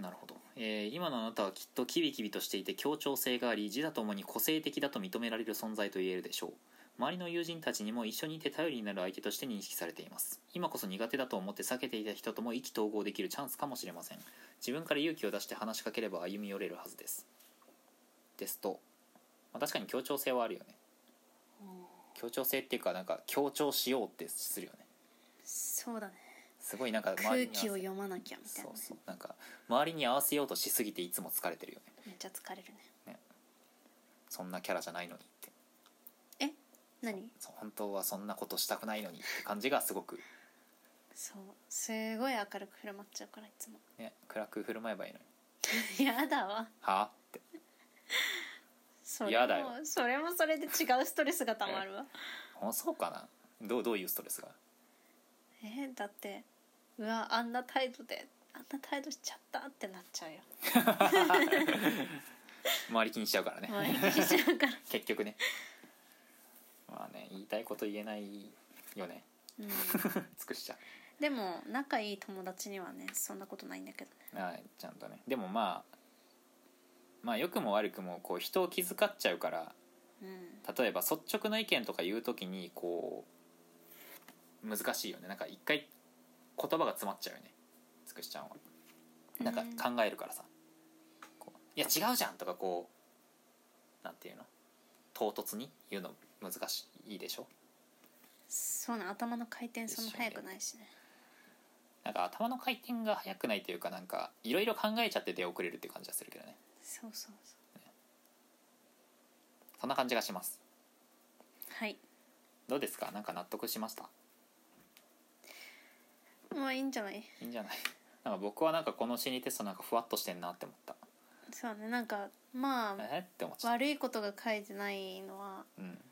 S1: なるほど、えー今のあなたはきっとキビキビとしていて協調性があり自他ともに個性的だと認められる存在と言えるでしょう周りの友人たちにも一緒にいて頼りになる相手として認識されています今こそ苦手だと思って避けていた人とも意気投合できるチャンスかもしれません自分から勇気を出して話しかければ歩み寄れるはずですですと、まあ、確かに協調性はあるよね協調性っていうかなんか協調しようってするよね
S2: そうだね
S1: すごいなんか周
S2: 空
S1: りに合わせ
S2: 気を読まなきゃみたい
S1: そ
S2: な
S1: うそうなんか周りに合わせようとしすぎていつも疲れてるよね
S2: めっちゃ疲れるね
S1: そんなキャラじゃないのにって
S2: 何
S1: そう本当はそんなことしたくないのにって感じがすごく、
S2: そうすごい明るく振る舞っちゃうからいつも
S1: ね、暗く振る舞えばいいのに
S2: やだわ
S1: はあって
S2: それも
S1: やだよ
S2: それもそれで違うストレスがたまるわ
S1: あそうかなどうどういうストレスが
S2: えだってうわあんな態度であんな態度しちゃったってなっちゃう よ
S1: 周り気にしちゃうからね、
S2: 周りにしちゃうから
S1: 結局ねまあね言いたいこと言えないよね
S2: うん
S1: 尽くしちゃう
S2: でも仲いい友達にはねそんなことないんだけどね
S1: はいちゃんとねでもまあまあ良くも悪くもこう人を気遣っちゃうから
S2: うん
S1: 例えば率直な意見とか言う時にこう難しいよねなんか一回言葉が詰まっちゃうよねつくしちゃんはなんか
S2: うん
S1: 考えるからさ「こういや違うじゃん」とかこうなんていうの唐突に言うの難しいでしょ
S2: そうなん頭の回転そんな速くないしね
S1: なんか頭の回転が速くないというかなんかいろいろ考えちゃって出遅れるって感じはするけどね
S2: そうそうそう
S1: そんな感じがします
S2: はい
S1: どうですかなんか納得しました
S2: まあいいんじゃない
S1: いいんじゃない なんか僕はなんかこの心理テストなんかふわっとしてんなって思った
S2: そうねなんかまあ
S1: えって思っちゃっ
S2: 悪いことが書いてないのは
S1: たうん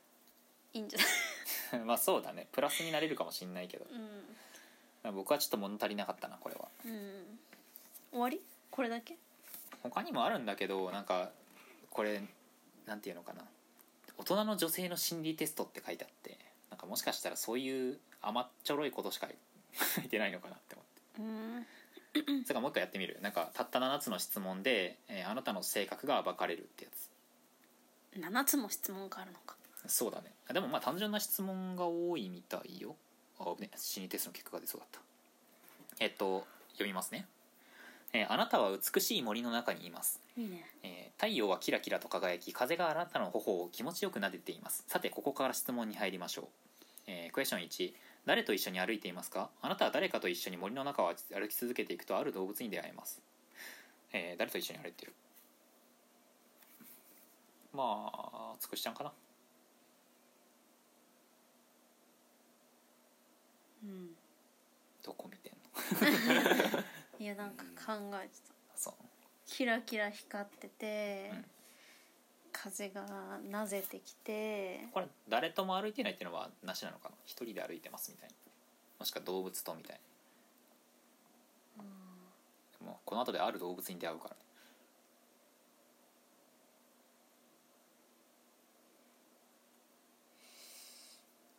S2: いいんじゃ ない
S1: まあそうだねプラスになれるかもしんないけど
S2: うん
S1: 僕はちょっと物足りなかったなこれは
S2: うん終わりこれだけ
S1: 他にもあるんだけどなんかこれなんていうのかな大人の女性の心理テストって書いてあってなんかもしかしたらそういう甘っちょろいことしか 書いてないのかなって思って
S2: うん
S1: それからもう一回やってみるなんかたった7つの質問で、えーあなたの性格が暴かれるってや
S2: 7つも質問があるのか
S1: つそうだねあでもまあ単純な質問が多いみたいよあね心理テストの結果が出そうだったえっと読みますね、えーあなたは美しい森の中にいます
S2: いいね
S1: えー太陽はキラキラと輝き風があなたの頬を気持ちよく撫でていますさてここから質問に入りましょう、えークエスチョン1誰と一緒に歩いていますかあなたは誰かと一緒に森の中を歩き続けていくとある動物に出会えます、えー誰と一緒に歩いてるまあつくしちゃんかな
S2: うん
S1: どこ見てんの
S2: いやなんか考えてた
S1: そう
S2: キラキラ光ってて、
S1: うん
S2: 風がなぜてきて
S1: これ誰とも歩いてないっていうのはなしなのかな一人で歩いてますみたいなもしくは動物とみたいなでもこの後である動物に出会うから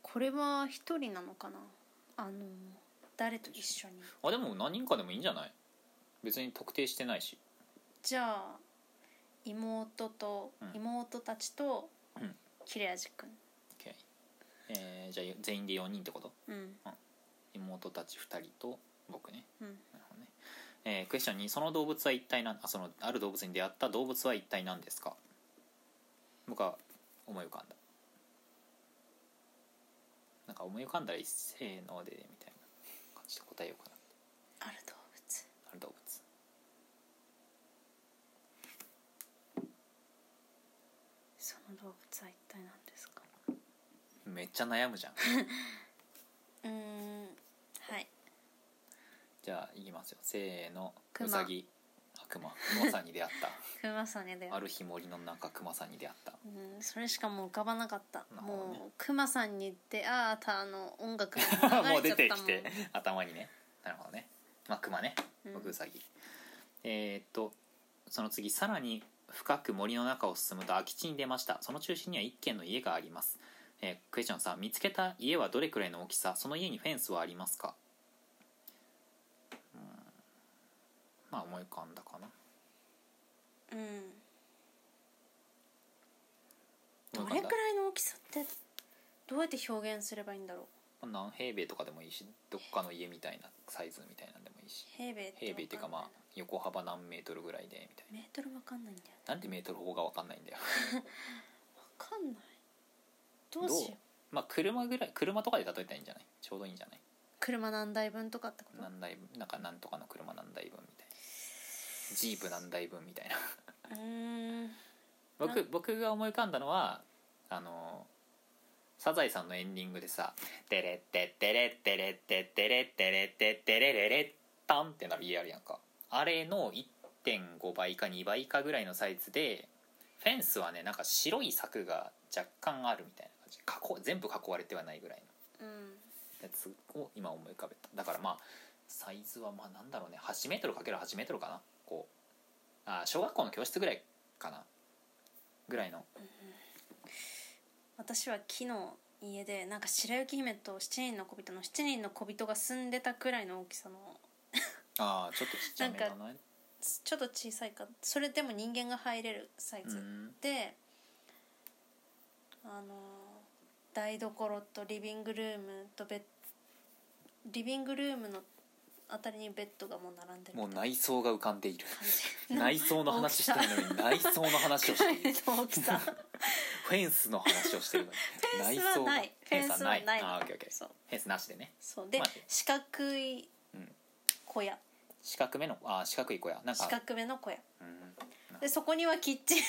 S2: これは一人なのかなあの誰と一緒に
S1: あでも何人かでもいいんじゃない別に特定してないし
S2: じゃあ妹と、
S1: うん
S2: 妹たちと、
S1: うん
S2: 切れ味くん
S1: OK えーじゃあ全員で4人ってこと
S2: うん
S1: 妹たち2人と僕ね
S2: うん
S1: なるほどね、えークエスチョンにその動物は一体なんあそのある動物に出会った動物は一体何ですか僕は思い浮かんだなんか思い浮かんだら一せーのでみたいな感じで答えようかな
S2: ある動物
S1: ある動物
S2: その動物は一体何ですか
S1: めっちゃ悩む じゃん
S2: うーんはい
S1: じゃあいきますよせーの
S2: 熊
S1: うさぎあ熊熊さんに出会った
S2: クマさんにだよ
S1: ある日森の中クマさんに出会った
S2: うん、それしかもう浮かばなかった、
S1: なるほどね
S2: もうクマさんに出会ったあの音楽 が
S1: もう
S2: 流れち
S1: 出
S2: ゃった
S1: て
S2: もん
S1: きて頭にねなるほどねまあ熊ね
S2: うん
S1: 僕ウサギえーっとその次さらに深く森の中を進むと空き地に出ましたその中心には一軒の家があります、えークエスチョンさん見つけた家はどれくらいの大きさその家にフェンスはありますかうんまあ思い浮かんだかな
S2: うん、ど
S1: 思い浮
S2: れ
S1: かん
S2: く
S1: だ
S2: らいの大きさってどうやって表現すればいいんだろう
S1: 何平米とかでもいいしどっかの家みたいなサイズみたいなんでもいいし
S2: 平米って
S1: 平米っていうか
S2: わんない
S1: まあ横幅何メートルぐらいでみたいな
S2: メートルわかんないんだよね
S1: なんでメートル法が分かんないんだよ
S2: わかんないどうしよう
S1: どうまあ車ぐらい車とかで例えたらいいんじゃないちょうどいいんじゃない
S2: 車何台分とかってこと
S1: 何台分なんかなんとかの車何台分みたいなジープ何台分みたいな
S2: うーんな
S1: 僕僕が思い浮かんだのはあのサザエさんのエンディングでさ「テレッテッテレッテレッテッテレッテレッテッテレレレッタン」ってなる家あるやんかあれの1.5倍か2倍かぐらいのサイズでフェンスはねなんか白い柵が若干あるみたいな感じ囲全部囲われてはないぐらいの
S2: うん
S1: やつを今思い浮かべただからまあサイズはまあなんだろうね8メートルかける8メートルかなこうあー小学校の教室ぐらいかなぐらいの
S2: 私は木の家でなんか白雪姫と七人の小人の七人の小人が住んでたくらいの大きさの
S1: ああちょっとちっちゃめだな
S2: ちょっと小さいかそれでも人間が入れるサイ
S1: う
S2: ズ、
S1: ん
S2: であの台所とリビングルームとベッリビングルームのあたりにベッドがもう並んでる
S1: もう
S2: みたい
S1: 内装が浮かんでいる
S2: な感
S1: 内
S2: じ
S1: 装の話してるのに内装の話をしている
S2: の 大きさ
S1: フェンスの話をしてるのに
S2: フェンスはない
S1: フェンスはない
S2: フェンスはない
S1: あーオッケーオッケー
S2: そう
S1: フェンスなしでね
S2: そうで
S1: まあね
S2: 四角い
S1: うん
S2: 小屋
S1: 四角めのあー四角い子やなん
S2: 四
S1: か、
S2: 角めの小屋
S1: う
S2: でそこにはキッチ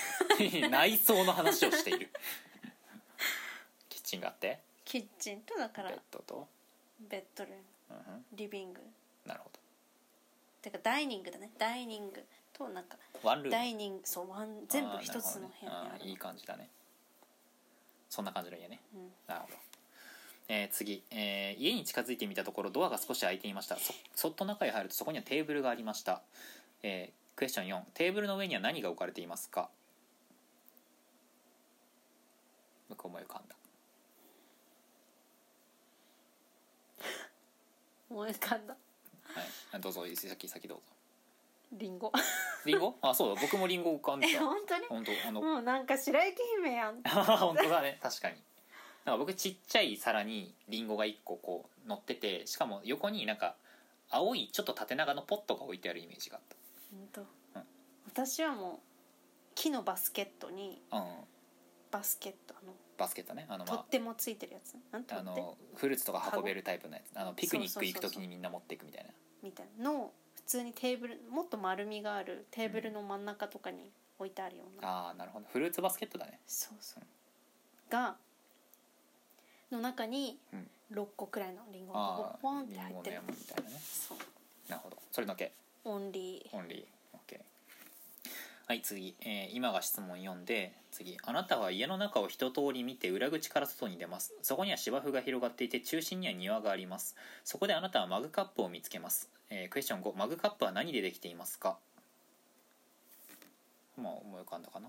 S2: ン
S1: ん、 内装の話をしているキッチンがあって
S2: キッチンとだ
S1: ベ
S2: から
S1: ッドと、
S2: ベッドルーム
S1: うんうん、
S2: リビング
S1: なるほ
S2: てかダイニングだねダイニングとなんか
S1: どワンルーム
S2: ダイニングそうワン全部
S1: あー
S2: 一つの部
S1: なるほ
S2: 屋にあ
S1: どねあ
S2: る
S1: ーいい感じだねそんな感じの家ね
S2: うん
S1: なるほど、えー次、えー家に近づいてみたところドアが少し開いていましたそそっと中へ入るとそこにはテーブルがありました、えークエスチョン4テーブルの上には何が置かれていますか僕思い浮かんだ
S2: 思い浮かんだ
S1: はいあ、どうぞ先先どうぞ
S2: リンゴ
S1: リンゴあ そうだ僕もリンゴ浮かんで
S2: え
S1: た
S2: 本当に
S1: 本当あの
S2: もうなんか白雪姫や ん
S1: 本当だね確かになんか僕ちっちゃい皿にリンゴが1個こう乗っててしかも横になんか青いちょっと縦長のポットが置いてあるイメージが
S2: 本当
S1: うん
S2: 私はもう木のバスケットに
S1: あった、うん、
S2: バスケットあの
S1: バスケットねあの、
S2: 取
S1: ま
S2: っ手もついてるやつなんて
S1: あ、あ
S2: 取っ手
S1: のフルーツとか運べるタイプのやつあのピクニッ
S2: そう
S1: ク
S2: そう
S1: 行
S2: そ
S1: く
S2: うそう
S1: 時にみんな持っていくみたいな
S2: みたいなのを普通にテーブルもっと丸みがあるテーブルの真ん中とかに置いてあるような、
S1: ああなるほどフルーツバスケットだね
S2: そうそう
S1: う
S2: がの中に
S1: うん
S2: 6個くらいのリンゴが
S1: あ
S2: ポンっ
S1: あ
S2: て
S1: リ
S2: 入
S1: ン
S2: っ
S1: ゴ
S2: て
S1: の
S2: る
S1: 山みたいなね
S2: そう
S1: なるほどそれだけ
S2: オンリー
S1: オンリー OK はい次、えー今が質問4で次あなたは家の中を一通り見て裏口から外に出ますそこには芝生が広がっていて中心には庭がありますそこであなたはマグカップを見つけます、えークエスチョン5マグカップは何でできていますかまあ思い浮かんだかな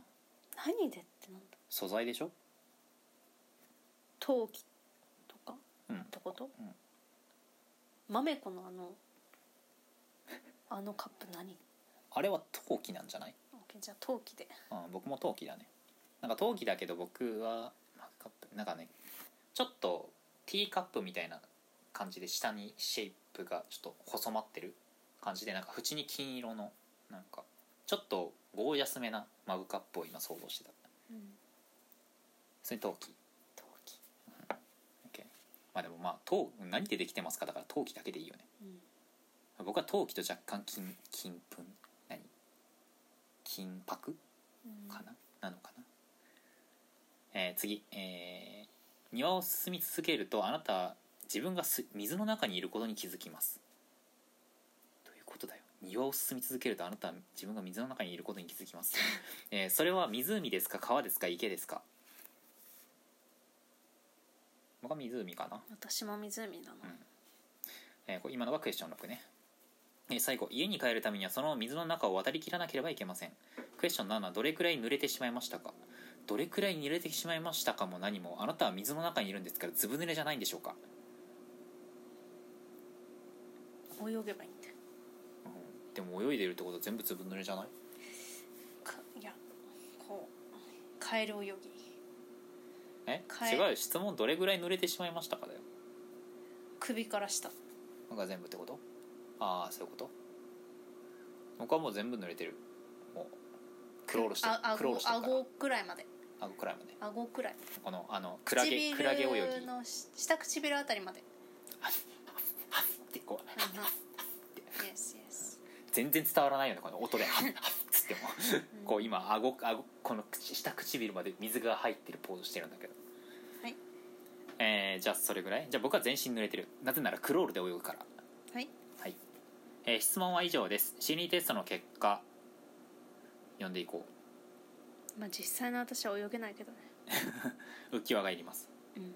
S2: 何でってなんだ
S1: 素材でしょ
S2: 陶器とか
S1: うん
S2: ってこと、
S1: うん
S2: マメコのあの あのカップ何
S1: あれは陶器なんじゃない、
S2: オッケーじゃあ陶器で
S1: うん、僕も陶器だねなんか陶器だけど僕はマグカップなんかねちょっとティーカップみたいな感じで下にシェイプがちょっと細まってる感じでなんか縁に金色のなんかちょっとゴージャスめなマグカップを今想像してた
S2: うん
S1: それ陶器
S2: 陶器
S1: OK まあでもまあ陶何でできてますかだから陶器だけでいいよね
S2: うん
S1: 僕は陶器と若干金金粉何金箔
S2: うん
S1: かな、なのかな、えー次、えー庭を進み続けるとあなたは自分がす水の中にいることに気づきますということだよ庭を進み続けるとあなたは自分が水の中にいることに気づきます、えーそれは湖ですか川ですか池ですか僕は湖かな
S2: 私も湖だな、
S1: うんえーこれ今のがクエスチョン6ね、えー最後家に帰るためにはその水の中を渡りきらなければいけませんクエスチョン7はどれくらい濡れてしまいましたかどれくらい濡れてしまいましたかも何もあなたは水の中にいるんですからずぶ濡れじゃないんでしょうか、
S2: 泳げばいいんだよ
S1: うん、でも泳いでるってことは全部ずぶ濡れじゃない
S2: かいやこうカエル泳ぎ
S1: え
S2: かえ
S1: 違うよ質問どれくらい濡れてしまいましたかだよ
S2: 首から下
S1: なんか全部ってことああそういうこと僕はもう全部濡れてるもうクロールしてる
S2: あ顎
S1: クロールしてるから
S2: 顎くらいまで
S1: 顎くらいまで
S2: 顎くらい
S1: このあのクラゲクラゲ泳ぎ
S2: のし下唇あた りまで
S1: ってこう
S2: うんうん Yes, yes
S1: 全然伝わらないよねこの 音で「ハッハッ」つっても
S2: うん
S1: こう今顎顎この口下唇まで水が入ってるポーズしてるんだけど
S2: はい
S1: えーじゃあそれぐらいじゃあ僕は全身濡れてるなぜならクロールで泳ぐから
S2: はい
S1: はい、えー質問は以上です心理テストの結果読んでいこ
S2: まあ実際の私は泳げないけどね
S1: う浮き輪がいります
S2: うん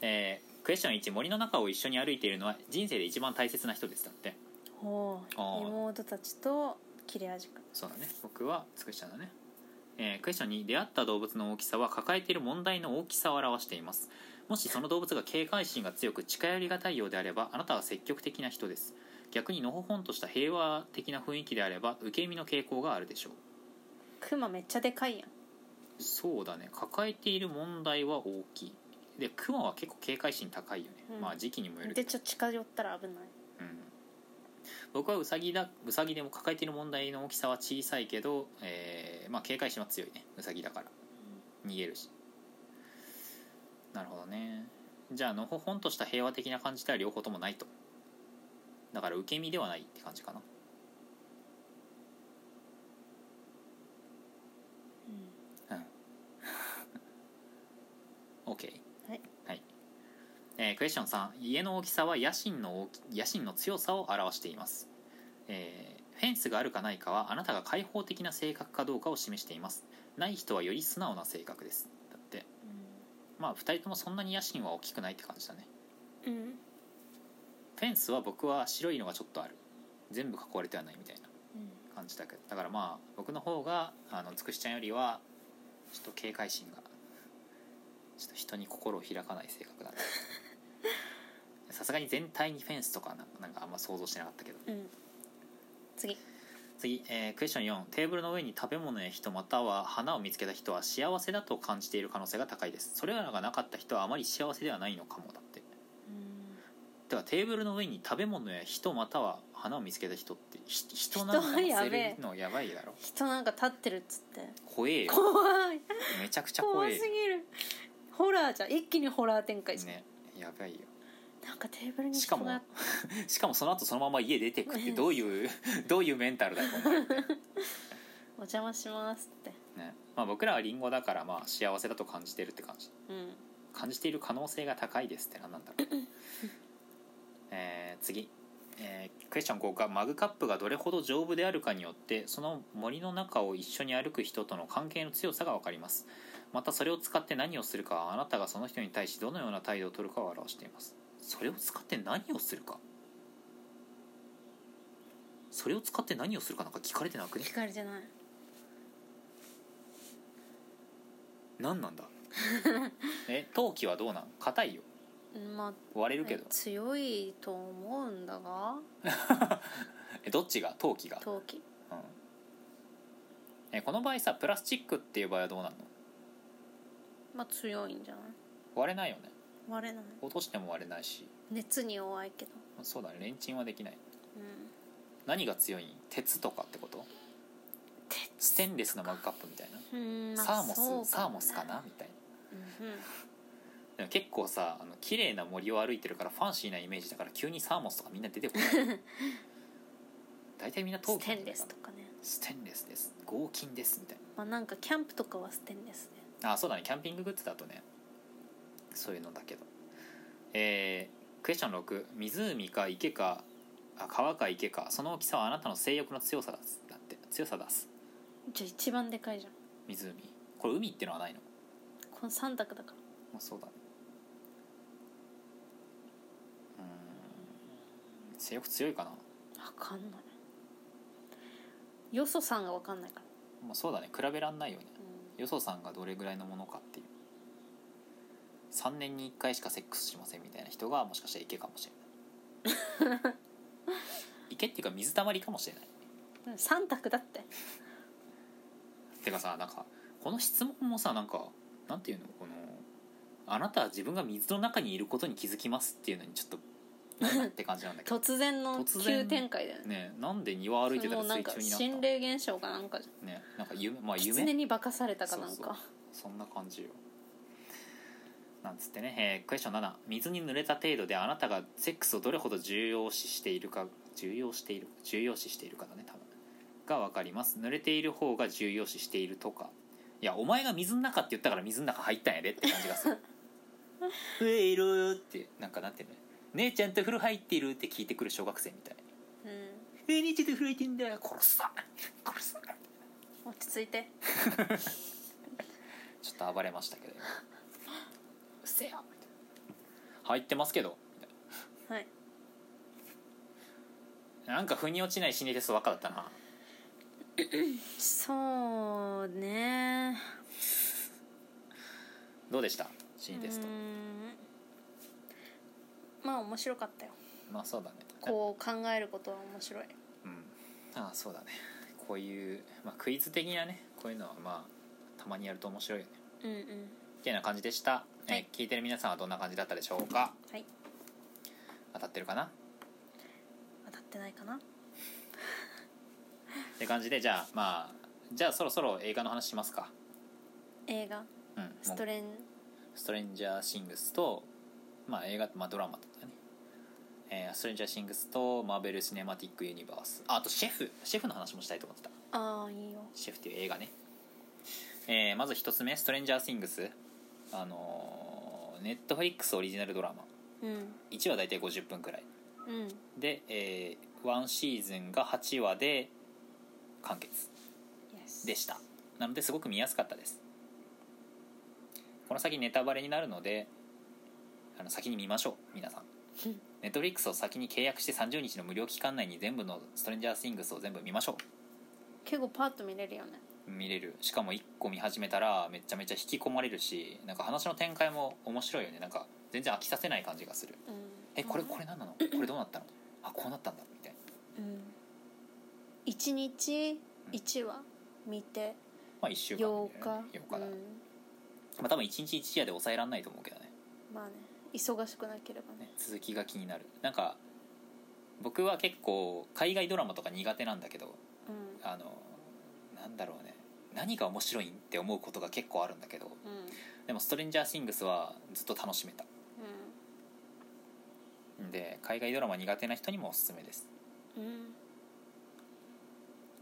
S1: えークエスチョン1森の中を一緒に歩いているのは人生で一番大切な人ですだって
S2: ほう
S1: あー
S2: 妹たちと切れ味くん
S1: そうだね僕はつくしちゃんだね、えークエスチョン2出会った動物の大きさは抱えている問題の大きさを表していますもしその動物が警戒心が強く近寄りがたいようであればあなたは積極的な人です逆にのほほんとした平和的な雰囲気であれば受け身の傾向があるでしょう
S2: クマめっちゃでかいやん
S1: そうだね抱えている問題は大きいでクマは結構警戒心高いよね、
S2: うん
S1: まあ時期にもよるけ
S2: で
S1: ど
S2: ちょっと近寄ったら危ない
S1: うん僕はウサギだウサギでも抱えている問題の大きさは小さいけど、えーまあ、警戒心は強いねウサギだから逃げるしなるほどねじゃあのほほんとした平和的な感じでは両方ともないとだから受け身ではないって感じかな
S2: うん
S1: オッケー
S2: はい、
S1: はいえークエスチョン3家の大きさは野心の大き野心の強さを表しています、えーフェンスがあるかないかはあなたが開放的な性格かどうかを示していますない人はより素直な性格ですだってまあ2人ともそんなに野心は大きくないって感じだね
S2: うんうん
S1: フェンスは僕は白いのがちょっとある全部囲われてはないみたいな感じだけどだからまあ僕の方があのつくしちゃんよりはちょっと警戒心がちょっと人に心を開かない性格 だなさすがに全体にフェンスとかななんかあんま想像してなかったけど
S2: うんうん次
S1: 次、えークエスチョン4テーブルの上に食べ物や人または花を見つけた人は幸せだと感じている可能性が高いですそれらがなかった人はあまり幸せではないのかもだって
S2: うん
S1: てかテーブルの上に食べ物や人または花を見つけた人ってひ人なんか乗せるのやばいだろ
S2: 人なんか立ってるっつって
S1: 怖えよ
S2: 怖い
S1: めちゃくちゃ怖
S2: 怖
S1: え
S2: す
S1: よ
S2: ぎるホラーじゃん一気にホラー展開じゃん、
S1: ねやばいよ
S2: なんかテーブルに
S1: し
S2: 人
S1: かも
S2: が
S1: しかもその後そのまま家出てくってどういうどういうメンタルだよお前
S2: お邪魔しますって
S1: ねまあ、僕らはリンゴだからまあ幸せだと感じてるって感じ
S2: うん
S1: 感じている可能性が高いですって何なんだろうえー次、えークエスチョン5がマグカップがどれほど丈夫であるかによってその森の中を一緒に歩く人との関係の強さが分かりますまたそれを使って何をするかはあなたがその人に対しどのような態度を取るかを表していますそれを使って何をするかそれを使って何をするかなんか聞かれてなくね
S2: 聞かれてない
S1: 何なんだえ陶器はどうなん硬いよ
S2: うんまあ
S1: 割れるけど
S2: 強いと思うんだが
S1: えどっちが陶器が
S2: 陶器
S1: うんえこの場合さプラスチックっていう場合はどうなの
S2: まあ強いんじゃない
S1: 割れないよね
S2: 割れない
S1: 落としても割れないし
S2: 熱に弱いけど
S1: そうだねレンチンはできない
S2: うん
S1: 何が強いん鉄とかってことステンレスのマグカップみたいな、
S2: うんまあ
S1: サーモス、
S2: そう
S1: サーモスかなみたいな
S2: うんうん
S1: でも結構さあの綺麗な森を歩いてるからファンシーなイメージだから急にサーモスとかみんな出てこない 大体みんな陶
S2: ス
S1: 器な
S2: テ
S1: ん
S2: ン
S1: じゃない
S2: レ
S1: か
S2: ス
S1: な
S2: とかね
S1: ステンレスです合金ですみたい
S2: まあなんかキャンプとかはステンレスね
S1: なあそうだねキャンピンググッズだとねそういうのだけどえークエスチョン6湖か池かあ川か池かその大きさはあなたの性欲の強さだすだって強さ出す
S2: じゃあ一番でかいじゃん
S1: 湖これ海ってのはないの
S2: この三択だから
S1: まあ、そうだねうーん性欲強いかな
S2: わかんないよそさんがわかんないから、
S1: まあ、そうだね比べらんないよね
S2: うん
S1: よそさんがどれぐらいのものかっていう3年に1回しかセックスしませんみたいな人がもしかしたら池かもしれない 池っていうか水たまりかもしれない
S2: うん、三択だって
S1: てかさなんかこの質問もさなんかなんていうのこのあなたは自分が水の中にいることに気づきますっていうのにちょっとなんだって感じなんだ けど
S2: 突然の
S1: 突然
S2: 急展開だよね
S1: ねなんで庭歩いてた
S2: も
S1: ら
S2: うな
S1: 水
S2: んか
S1: 中になった
S2: 心霊現象かなんかじゃ
S1: ねなんか夢まあ
S2: ん狐
S1: 夢
S2: に化かされたかなんか
S1: そうそうそんな感じよなんつってね、えークエスチョン7水に濡れた程度であなたがセックスをどれほど重要視しているか重要している重要視しているかだね多分が分かります濡れている方が重要視しているとかいやお前が水の中って言ったから水の中入ったんやでって感じがする 「えいる」ってなんかなんていうの姉ちゃんと風呂入っているって聞いてくる小学生みたい「
S2: うん
S1: え姉ちゃんと風呂入ってんだ殺すな殺すな」
S2: 落ち着いて
S1: ちょっと暴れました けど今うっせえよみたいな入ってますけどみたい
S2: はい
S1: ななんか腑に落ちない心理テストばっかだったな
S2: そうね
S1: どうでした心
S2: う
S1: 理テスト
S2: んまあ面白かったよ
S1: まあそうだね
S2: こう考えることは面白い
S1: うんああそうだねこういう、まあ、クイズ的なねこういうのはまあたまにやると面白いよね
S2: うんうん
S1: っていうような感じでした、
S2: は
S1: え
S2: い
S1: ー聞いてる皆さんはどんな感じだったでしょうか
S2: はい
S1: 当たってるかな
S2: 当たってないかな
S1: って感じでじゃあまあじゃあそろそろ映画の話しますか、
S2: 映画
S1: うん、もう
S2: ストレン
S1: ストレンジャーシングスと、まあ、映画、まあ、ドラマだったね、えーストレンジャーシングスとマーベル・シネマティック・ユニバースああとシェフシェフの話もしたいと思ってた
S2: ああいいよ
S1: シェフっていう映画ね、えーまず一つ目「ストレンジャー・シングス」あのネットフリックスオリジナルドラマ
S2: うん
S1: 1話大体50分くらい
S2: うん
S1: で、え1シーズンが8話で完結
S2: Yes
S1: でしたなのですごく見やすかったですこの先ネタバレになるのであの先に見ましょう皆 さん
S2: うん
S1: ネットフリックスを先に契約して30日の無料期間内に全部の「ストレンジャー・シングス」を全部見ましょ
S2: 結構パッと見れるよね
S1: う見れるしかも1個見始めたらめちゃめちゃ引き込まれるしなんか話の展開も面白いよねなんか全然飽きさせない感じがする
S2: うん
S1: えこれこれ何なのこれどうなったのあこうなったんだみたいな
S2: うん1日1話見て
S1: まあ1週間
S2: 8
S1: みたいな
S2: 日
S1: ね8日だ、
S2: うん
S1: まあ多分1日1夜で抑えられないと思うけどね
S2: まあね忙しくなければね
S1: ね続きが気になるなんか僕は結構海外ドラマとか苦手なんだけど
S2: うん
S1: あのなんだろうね何が面白いんって思うことが結構あるんだけど
S2: うんうん
S1: でも「ストレンジャー・シングス」はずっと楽しめたんで海外ドラマ苦手な人にもおすすめです
S2: うん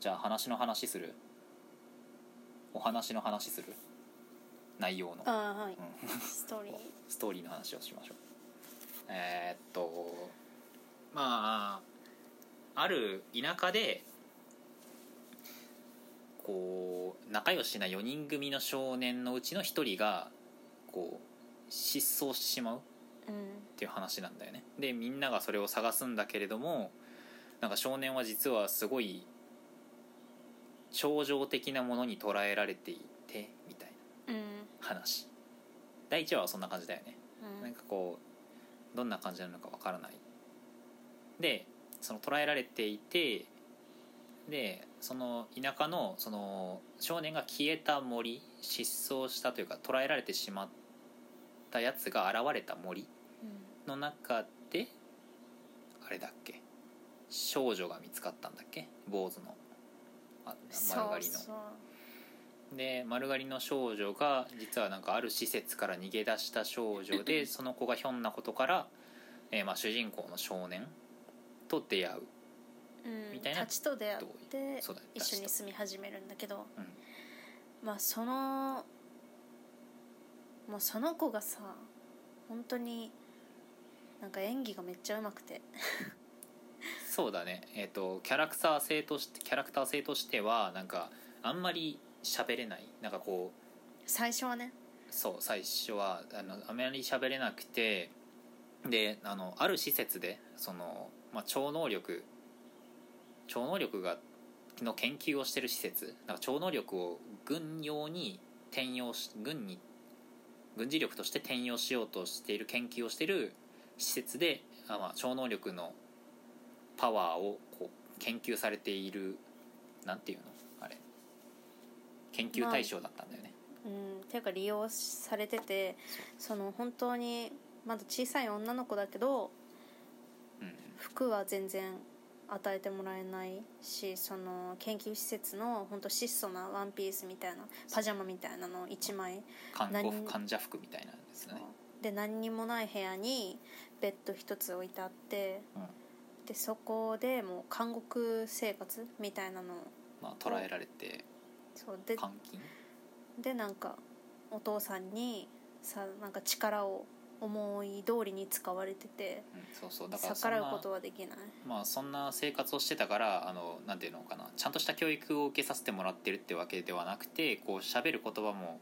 S1: じゃあ話の話するお話の話する内容の、
S2: ああはい
S1: うん、
S2: ス トーリー
S1: ストーリーの話をしましょうえーっとまあある田舎でこう仲良しな4人組の少年のうちの1人がこう失踪してしまうっ
S2: うん
S1: ていう話なんだよねでみんながそれを探すんだけれどもなんか少年は実はすごい超常的なものに捉えられていてみたい
S2: うん
S1: な話第1話はそんな感じだよね
S2: うん
S1: なんかこうどんな感じなのかわからないでその捉えられていてでその田舎のその少年が消えた森失踪したというか捉えられてしまったやつが現れた森の中であれだっけ少女が見つかったんだっけ坊主のあ丸刈りの。
S2: そうそう
S1: で丸刈りの少女が実はなんかある施設から逃げ出した少女でその子がひょんなことから、えーまあ、主人公の少年と出会う
S2: うん
S1: みたいな
S2: たちと出会って
S1: そうだね
S2: 一緒に住み始めるんだけど
S1: うん
S2: まあそのもうその子がさ本当になんか演技がめっちゃ上手くて
S1: そうだね、えー、とキャラクター性としてキャラクター性としてはなんかあんまり喋れないなんかこう
S2: 最初はね
S1: そう最初はあのあまり喋れなくてであのある施設でその、まあ、超能力超能力がの研究をしてる施設なんか超能力を軍用に転用し軍に軍事力として転用しようとしている研究をしている施設であ、まあ、超能力のパワーをこう研究されているなんていうのあれ研究対象だったんだよね、
S2: うん、ていうか利用されててその本当にまだ小さい女の子だけど
S1: うん
S2: 服は全然与えてもらえないしその研究施設の本当質素なワンピースみたいなパジャマみたいなの1枚
S1: 看護
S2: 何
S1: 服患者服みたいなんですよね
S2: で何にもない部屋にベッド一つ置いてあって
S1: うん
S2: でそこでもう監獄生活みたいなのを
S1: まあ、捉えられて
S2: そうで
S1: 監禁
S2: でなんかお父さんにさなんか力を思い通りに使われてて。
S1: うんそうそうだからそ
S2: 逆
S1: ん
S2: らう
S1: な
S2: ことはできない
S1: まあそんな生活をしてたからあのなんていうのかなちゃんとした教育を受けさせてもらってるってわけではなくてこう喋る言葉も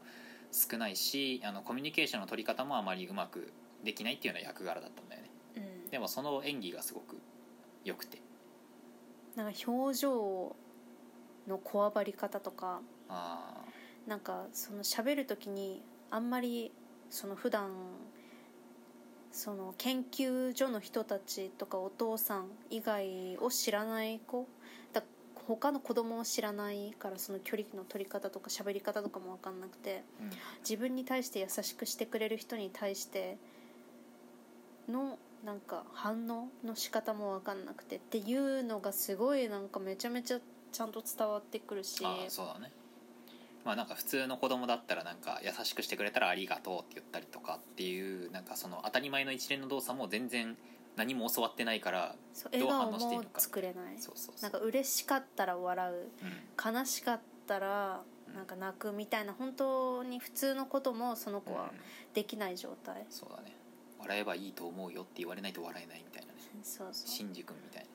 S1: 少ないしあのコミュニケーションの取り方もあまりうまくできないっていうような役柄だったんだよね
S2: うん
S1: でもその演技がすごく良くて
S2: なんか表情のこわばり方とか
S1: ああ
S2: なんかその喋る時にあんまりその普段その研究所の人たちとかお父さん以外を知らない子だ他の子供を知らないからその距離の取り方とか喋り方とかも分かんなくて
S1: うん
S2: 自分に対して優しくしてくれる人に対してのなんか反応の仕方も分かんなくてっていうのがすごいなんかめちゃめちゃちゃんと伝わってくるし
S1: ああそうだねまあなんか普通の子供だったらなんか優しくしてくれたら「ありがとう」って言ったりとかっていうなんかその当たり前の一連の動作も全然何も教わってないから
S2: そう
S1: ど
S2: 笑
S1: う反応
S2: 顔
S1: していい
S2: も
S1: のか
S2: 作れない
S1: そうそうそう
S2: な
S1: ん
S2: か嬉しかったら笑う
S1: うん
S2: 悲しかったら
S1: うん
S2: なんか泣くみたいな本当に普通のこともその子はできない状態、
S1: そうだね笑えばいいと思うよって言われないと笑えないみたいなね
S2: そうそ
S1: シンジ君みたいな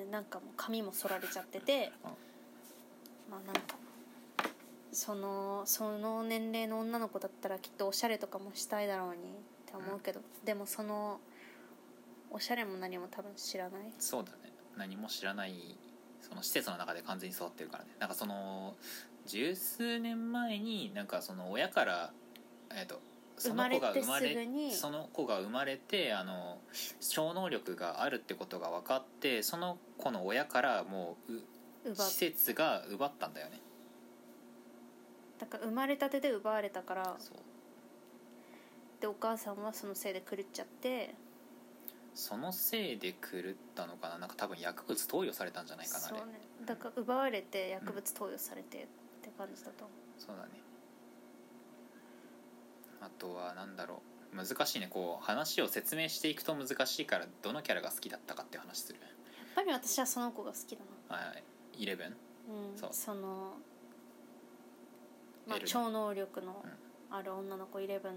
S2: うねなんかもう髪も剃られちゃってて
S1: うん
S2: まあなんかそのその年齢の女の子だったらきっとおしゃれとかもしたいだろうにって思うけど、でもそのおしゃれも何も多分知らない
S1: そうだね何も知らないその施設の中で完全に育ってるからねなんかその十数年前になんかその親からえっ、とその子が
S2: 生
S1: 生
S2: ま
S1: ま
S2: れ
S1: れ
S2: てすぐに
S1: その子が生まれてあの超能力があるってことが分かってその子の親からもうう
S2: 奪っ
S1: 施設が奪ったんだよね
S2: だから生まれたてで奪われたから
S1: そう
S2: でお母さんはそのせいで狂っちゃって
S1: そのせいで狂ったのかななんか多分薬物投与されたんじゃないかなあ
S2: そう
S1: れ
S2: ねだから奪われて薬物投与されてって感じだと思
S1: そうだねあとはなんだろう難しいねこう話を説明していくと難しいからどのキャラが好きだったかっていう話する
S2: うやっぱり私はその子が好きだな
S1: はいイレブン
S2: うん
S1: そう
S2: の、まあ
S1: エ、ル
S2: 超能力のある女の子イレブン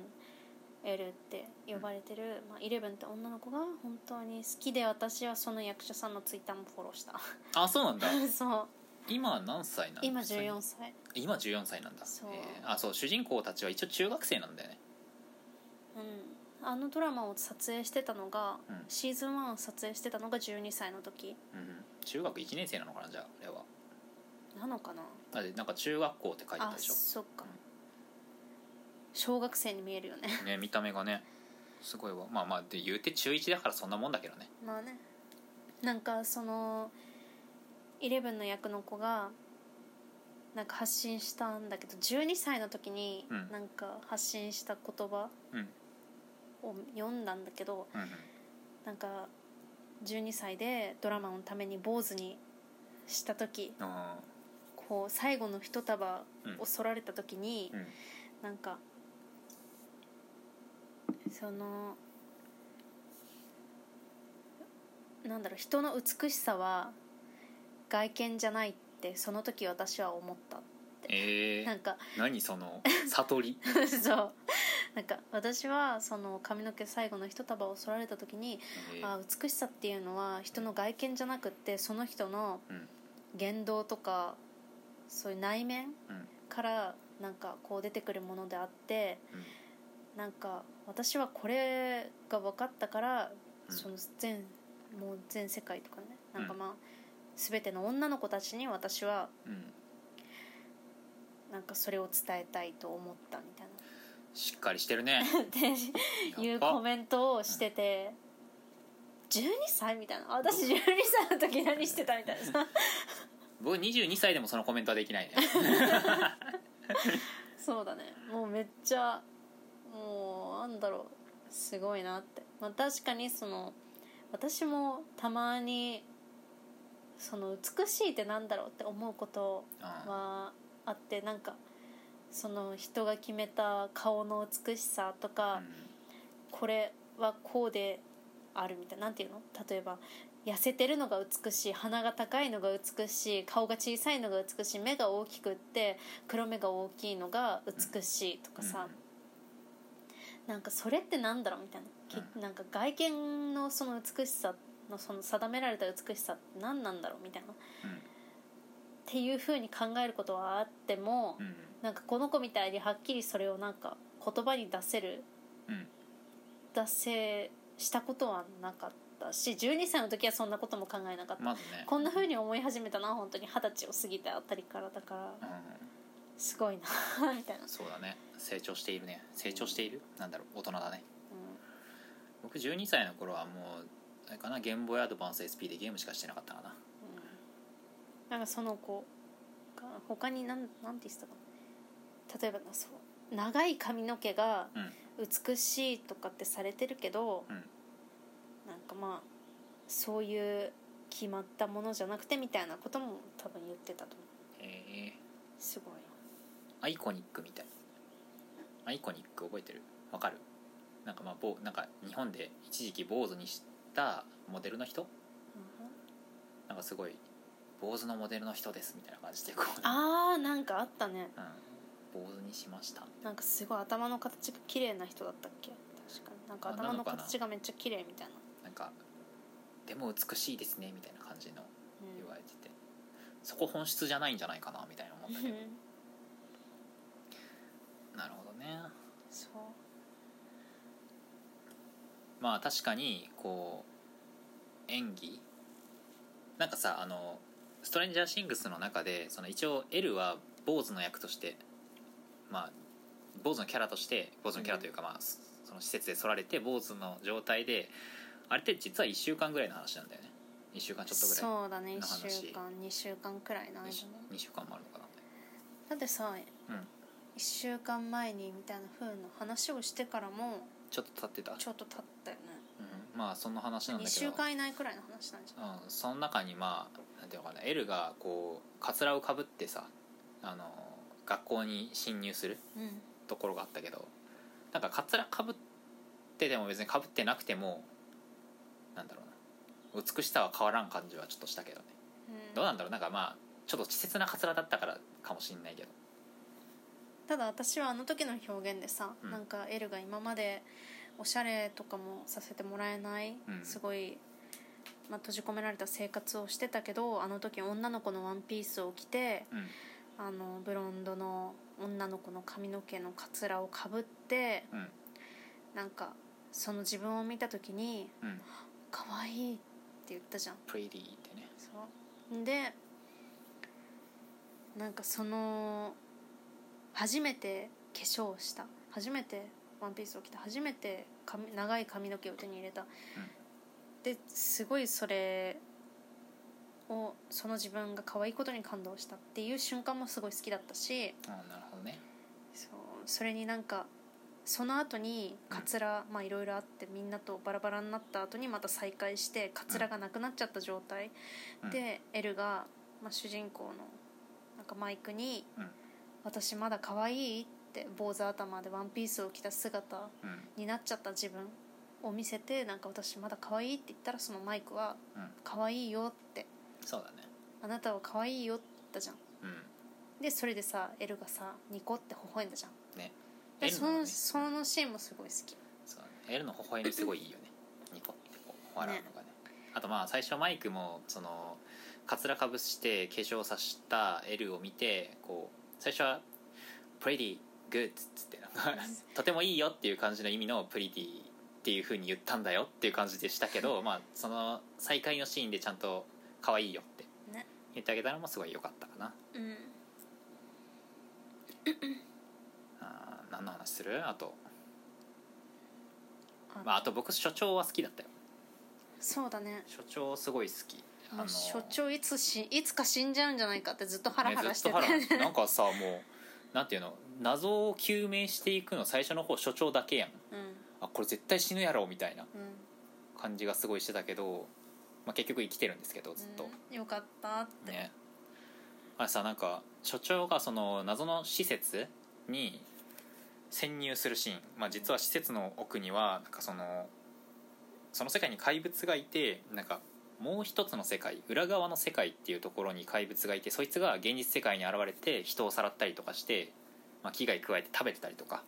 S2: エルって呼ばれてる、まあ、イレブンって女の子が本当に好きで私はその役者さんのツイッターもフォローした
S1: あそうなんだ
S2: そう
S1: 今何歳なん
S2: 今
S1: 普通に
S2: 14歳
S1: 今14歳なんだ
S2: そう
S1: えーあそう主人公たちは一応中学生なんだよね
S2: うんあのドラマを撮影してたのが、
S1: うん
S2: シーズン1を撮影してたのが12歳の時
S1: うん中学1年生なのかなじゃああれは
S2: なのかな
S1: だってなんか中学校って書いてた
S2: あ
S1: でしょ
S2: そっか、
S1: うん
S2: 小学生に見える よね
S1: ね見た目がねすごいわまあまあで言うて中1だからそんなもんだけどね
S2: まあねなんかそのイレブンの役の子がなんか発信したんだけど12歳の時に
S1: うん
S2: なんか発信した言葉
S1: うん
S2: を読んだんだけど、
S1: うんうん
S2: なんか12歳でドラマのために坊主にした時
S1: あ
S2: こう最後の一束を剃られた時に、
S1: ーうん
S2: なんかそのなんだろう人の美しさは外見じゃないってその時私は思った
S1: えー、
S2: なんか
S1: 何その悟り
S2: そうなんか私はその髪の毛最後の一束を剃られた時に、
S1: えー
S2: あー美しさっていうのは人の外見じゃなくってその人の
S1: うん
S2: 言動とかそういう内面
S1: うん
S2: からなんかこう出てくるものであって、
S1: うん
S2: なんか私はこれが分かったから、
S1: うん
S2: その全もう全世界とかねなんか
S1: うん
S2: まあ、全ての女の子たちに私は
S1: うん
S2: なんかそれを伝えたいと思ったみたい
S1: しっかりしてる ね
S2: なってい
S1: や
S2: う
S1: っぱ
S2: コメントをしてて。12歳みたいな私12歳の時何してたみたいな
S1: 僕22歳でもそのコメントはでき ないね
S2: そうだねもうめっちゃもうなんだろうすごいなってまあ確かにその私もたまにその美しいってなんだろうって思うこと
S1: うん
S2: はあってなんかその人が決めた顔の美しさとか、これはこうであるみたいななんていうの例えば痩せてるのが美しい鼻が高いのが美しい顔が小さいのが美しい目が大きくって黒目が大きいのが美しいとかさ、なんかそれってなんだろうみたいな、き
S1: う
S2: なんか外見のその美しさのその定められた美しさって何なんだろうみたいなっ
S1: うん
S2: ていうふうに考えることはあっても、
S1: うん
S2: なんかこの子みたいにはっきりそれをなんか言葉に出せる
S1: うんうん
S2: 達成したことはなかったし12歳の時はそんなことも考えなかった、
S1: まずね
S2: こんな風に思い始めたな本当に二十歳を過ぎたあたりからだから
S1: うん
S2: すごいな みたいな、
S1: そうだね成長しているね成長しているなんだろう大人だね
S2: う
S1: 僕12歳の頃はもうあれかなゲームボーイアドバンス SP でゲームしかしてなかったかなん
S2: うんなんかその子が他になんなんて言ってたかな例えばなそう長い髪の毛が
S1: うん
S2: 美しいとかってされてるけど、
S1: うん
S2: なんかまあそういう決まったものじゃなくてみたいなことも多分言ってたと思う
S1: え
S2: すごい
S1: アイコニックみたいアイコニック覚えてるわかるなんかまあぼなんか日本で一時期坊主にしたモデルの人なんかすごい坊主のモデルの人ですみたいな感じでこう、
S2: あーなんかあったね
S1: うん、坊主にしました
S2: なんかすごい頭の形が綺麗な人だったっけ確かになんか
S1: あ
S2: 頭
S1: な
S2: の
S1: のかな
S2: 形がめっちゃ綺麗みたいな
S1: なんかでも美しいですねみたいな感じの
S2: うん
S1: 言われてて、そこ本質じゃないんじゃないかなみたいな思 ったけどなるほどね
S2: そう
S1: まあ確かにこう演技なんかさあの「ストレンジャーシングス」の中でその一応 L は坊主の役としてまあ坊主のキャラとして坊主のキャラというか、まあそその施設で剃られて坊主の状態であれって実は1週間ぐらいの話なんだよね1週間ちょっとぐらい
S2: そうだね
S1: の話
S2: 1週間2週間くらいの間ね
S1: 2, 週間もあるのかな
S2: だってさ
S1: うん
S2: 1週間前にみたいな風の話をしてからも
S1: ちょっと経ってた、
S2: ちょっと経ったよね
S1: うんまあその話なんだ
S2: 2
S1: けど
S2: 週間以内くらいの話なんじゃない
S1: うん、その中にまあなんていうのかなエルがこうカツラをかぶってさあの学校に侵入する
S2: うん
S1: ところがあったけどなんかカツラかぶってでも別にかぶってなくてもなんだろうな美しさは変わらん感じはちょっとしたけどね
S2: うん
S1: どうなんだろうなんかまあちょっと稚拙なカツラだったからかもしんないけど
S2: ただ私はあの時の表現でさ、
S1: うん
S2: なんかエルが今までおしゃれとかもさせてもらえない、
S1: うん
S2: すごい、まあ、閉じ込められた生活をしてたけどあの時女の子のワンピースを着て
S1: うん
S2: あのブロンドの女の子の髪の毛のかつらをかぶって
S1: うん
S2: なんかその自分を見た時に
S1: うん
S2: 「可愛いって言ったじゃん。
S1: プリティってね
S2: そうでなんかその初めて化粧をした初めてワンピースを着た初めて髪長い髪の毛を手に入れた、ですごいそれをその自分が可愛いことに感動したっていう瞬間もすごい好きだったし
S1: うんなるほどね
S2: そうそれになんかその後にカツラ、まあいろいろあってみんなとバラバラになった後にまた再会してカツラがなくなっちゃった状態、
S1: うん
S2: でエルが、まあ、主人公のなんかマイクに
S1: うん
S2: 「私まだ可愛い?」って坊主頭でワンピースを着た姿
S1: うん
S2: になっちゃった自分を見せてなんか私まだ可愛いって言ったらそのマイクは
S1: うん
S2: 「可愛いよ」って
S1: そうだね
S2: 「あなたは可愛いよ」って言ったじゃん
S1: うん
S2: でそれでさエルがさニコって微笑んだじゃん
S1: ね
S2: で
S1: L
S2: その
S1: ね
S2: そのシーンもすごい好き
S1: そうね L の微笑みすごいいいよねニコってこう笑うのがねあとまあ最初マイクもそのかつらかぶして化粧さした L を見てこう最初は「プリティグッズ」っつってなんかとてもいいよっていう感じの意味の「プリティ」っていうふうに言ったんだよっていう感じでしたけ どまあその再会のシーンでちゃんと「可愛いよ」って
S2: ね
S1: 言ってあげたのもすごい良かったかな
S2: うん
S1: あー何の話するあと、
S2: あ
S1: まあ、あと僕所長は好きだったよ
S2: そうだね
S1: 所長すごい好きあ
S2: も
S1: の
S2: う所長いつしいつか死んじゃうんじゃないかってずっとハラハラして
S1: ねずっとハラハラ して
S2: て
S1: なんかさもうなんていうの謎を究明していくの最初の方所長だけやん
S2: うん
S1: あこれ絶対死ぬやろみたいな
S2: うん
S1: 感じがすごいしてたけど、まあ、結局生きてるんですけどずっと、
S2: うんよかったって、
S1: ねあれさなんか所長がその謎の施設に潜入するシーン、まあ、実は施設の奥にはなんかそのその世界に怪物がいてなんかもう一つの世界裏側の世界っていうところに怪物がいてそいつが現実世界に現れて人をさらったりとかして、まあ、危害加えて食べてたりとか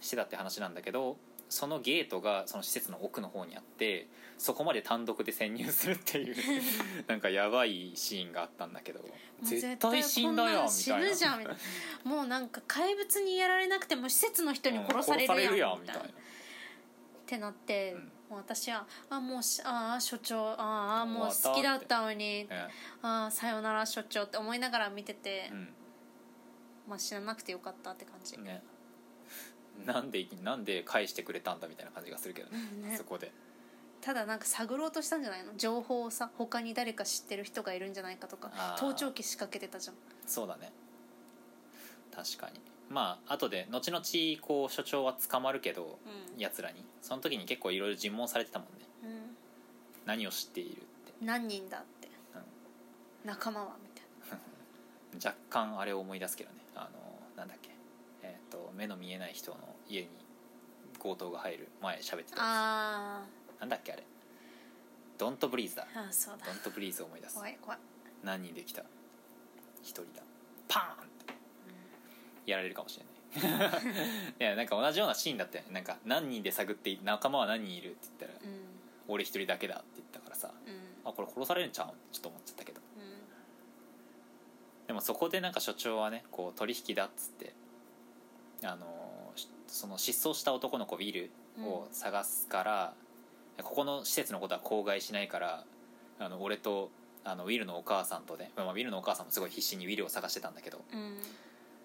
S1: してたって話なんだけどそのゲートがその施設の奥の方にあってそこまで単独で潜入するって いうなんかやばいシーンがあったんだけど
S2: もう
S1: 絶対死んだよ
S2: こなの
S1: みたい
S2: 死
S1: な
S2: ぬじゃんみたいなもうなんか怪物にやられなくても施設の人に殺され
S1: うん殺
S2: るやん
S1: み
S2: み
S1: た
S2: た
S1: いな
S2: いなってなって、
S1: うん
S2: もう私は「あもうしああ所長ああ
S1: 終わ
S2: もう
S1: った
S2: 好きだったのに
S1: ね
S2: ああさよなら所長」って思いながら見てて、まあ死ななくてよかったって感じ、
S1: うんねなんでなんで返してくれたんだみたいな感じがするけどね
S2: ね
S1: そこで
S2: ただなんか探ろうとしたんじゃないの情報をさ他に誰か知ってる人がいるんじゃないかとか
S1: あー
S2: 盗聴器仕掛けてたじゃん
S1: そうだね確かにまああとで後々こう所長は捕まるけど
S2: うん
S1: やつらにその時に結構いろいろ尋問されてたもんね
S2: うん
S1: 何を知っているって
S2: 何人だって仲間はみたい
S1: 若干あれを思い出すけどねあのなんだっけえっ、と目の見えない人の家に強盗が入る前喋ってたや
S2: なあ
S1: つなんだっけあれドントブリーズだ
S2: ーあそうだ
S1: ドントブリーズを思い出す
S2: 怖い怖い
S1: 何人できた一人だパーンってやられるかもしれない いやなんか同じようなシーンだったよねなんか何人で探って仲間は何人いるって言ったら
S2: うん
S1: 俺一人だけだって言ったからさ
S2: うん
S1: あこれ殺されるんちゃうんちょっと思っちゃったけど
S2: うん
S1: でもそこでなんか所長はねこう取引だっつってあのーしその失踪した男の子ビルを探すから、ここの施設のことは口外しないからあの俺とあのウィルのお母さんとね、まあ、ウィルのお母さんもすごい必死にウィルを探してたんだけど、
S2: うん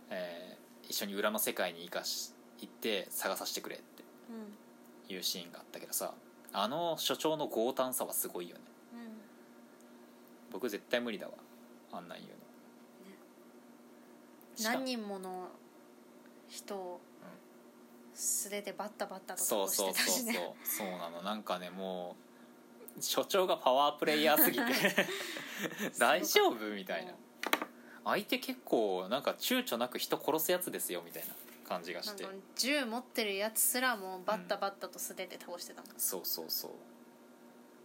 S1: えー一緒に裏の世界に行かし行って探させてくれっ
S2: うん
S1: ていうシーンがあったけどさあの所長の強胆さはすごいよね
S2: うん
S1: 僕絶対無理だわあんなん言うの、しか
S2: 何人もの人を素手でバッタバッタと
S1: そう
S2: 倒
S1: そう
S2: してた
S1: そうそ
S2: し
S1: う
S2: ね
S1: そうなのなんかねもう所長がパワープレイヤーす ぎて大丈夫みたいな相手結構なんか躊躇なく人殺すやつですよみたいな感じが
S2: な
S1: し
S2: ん
S1: て
S2: か銃持ってるやつすらもバッタバッタと素手で倒してたもん、
S1: そうそうそう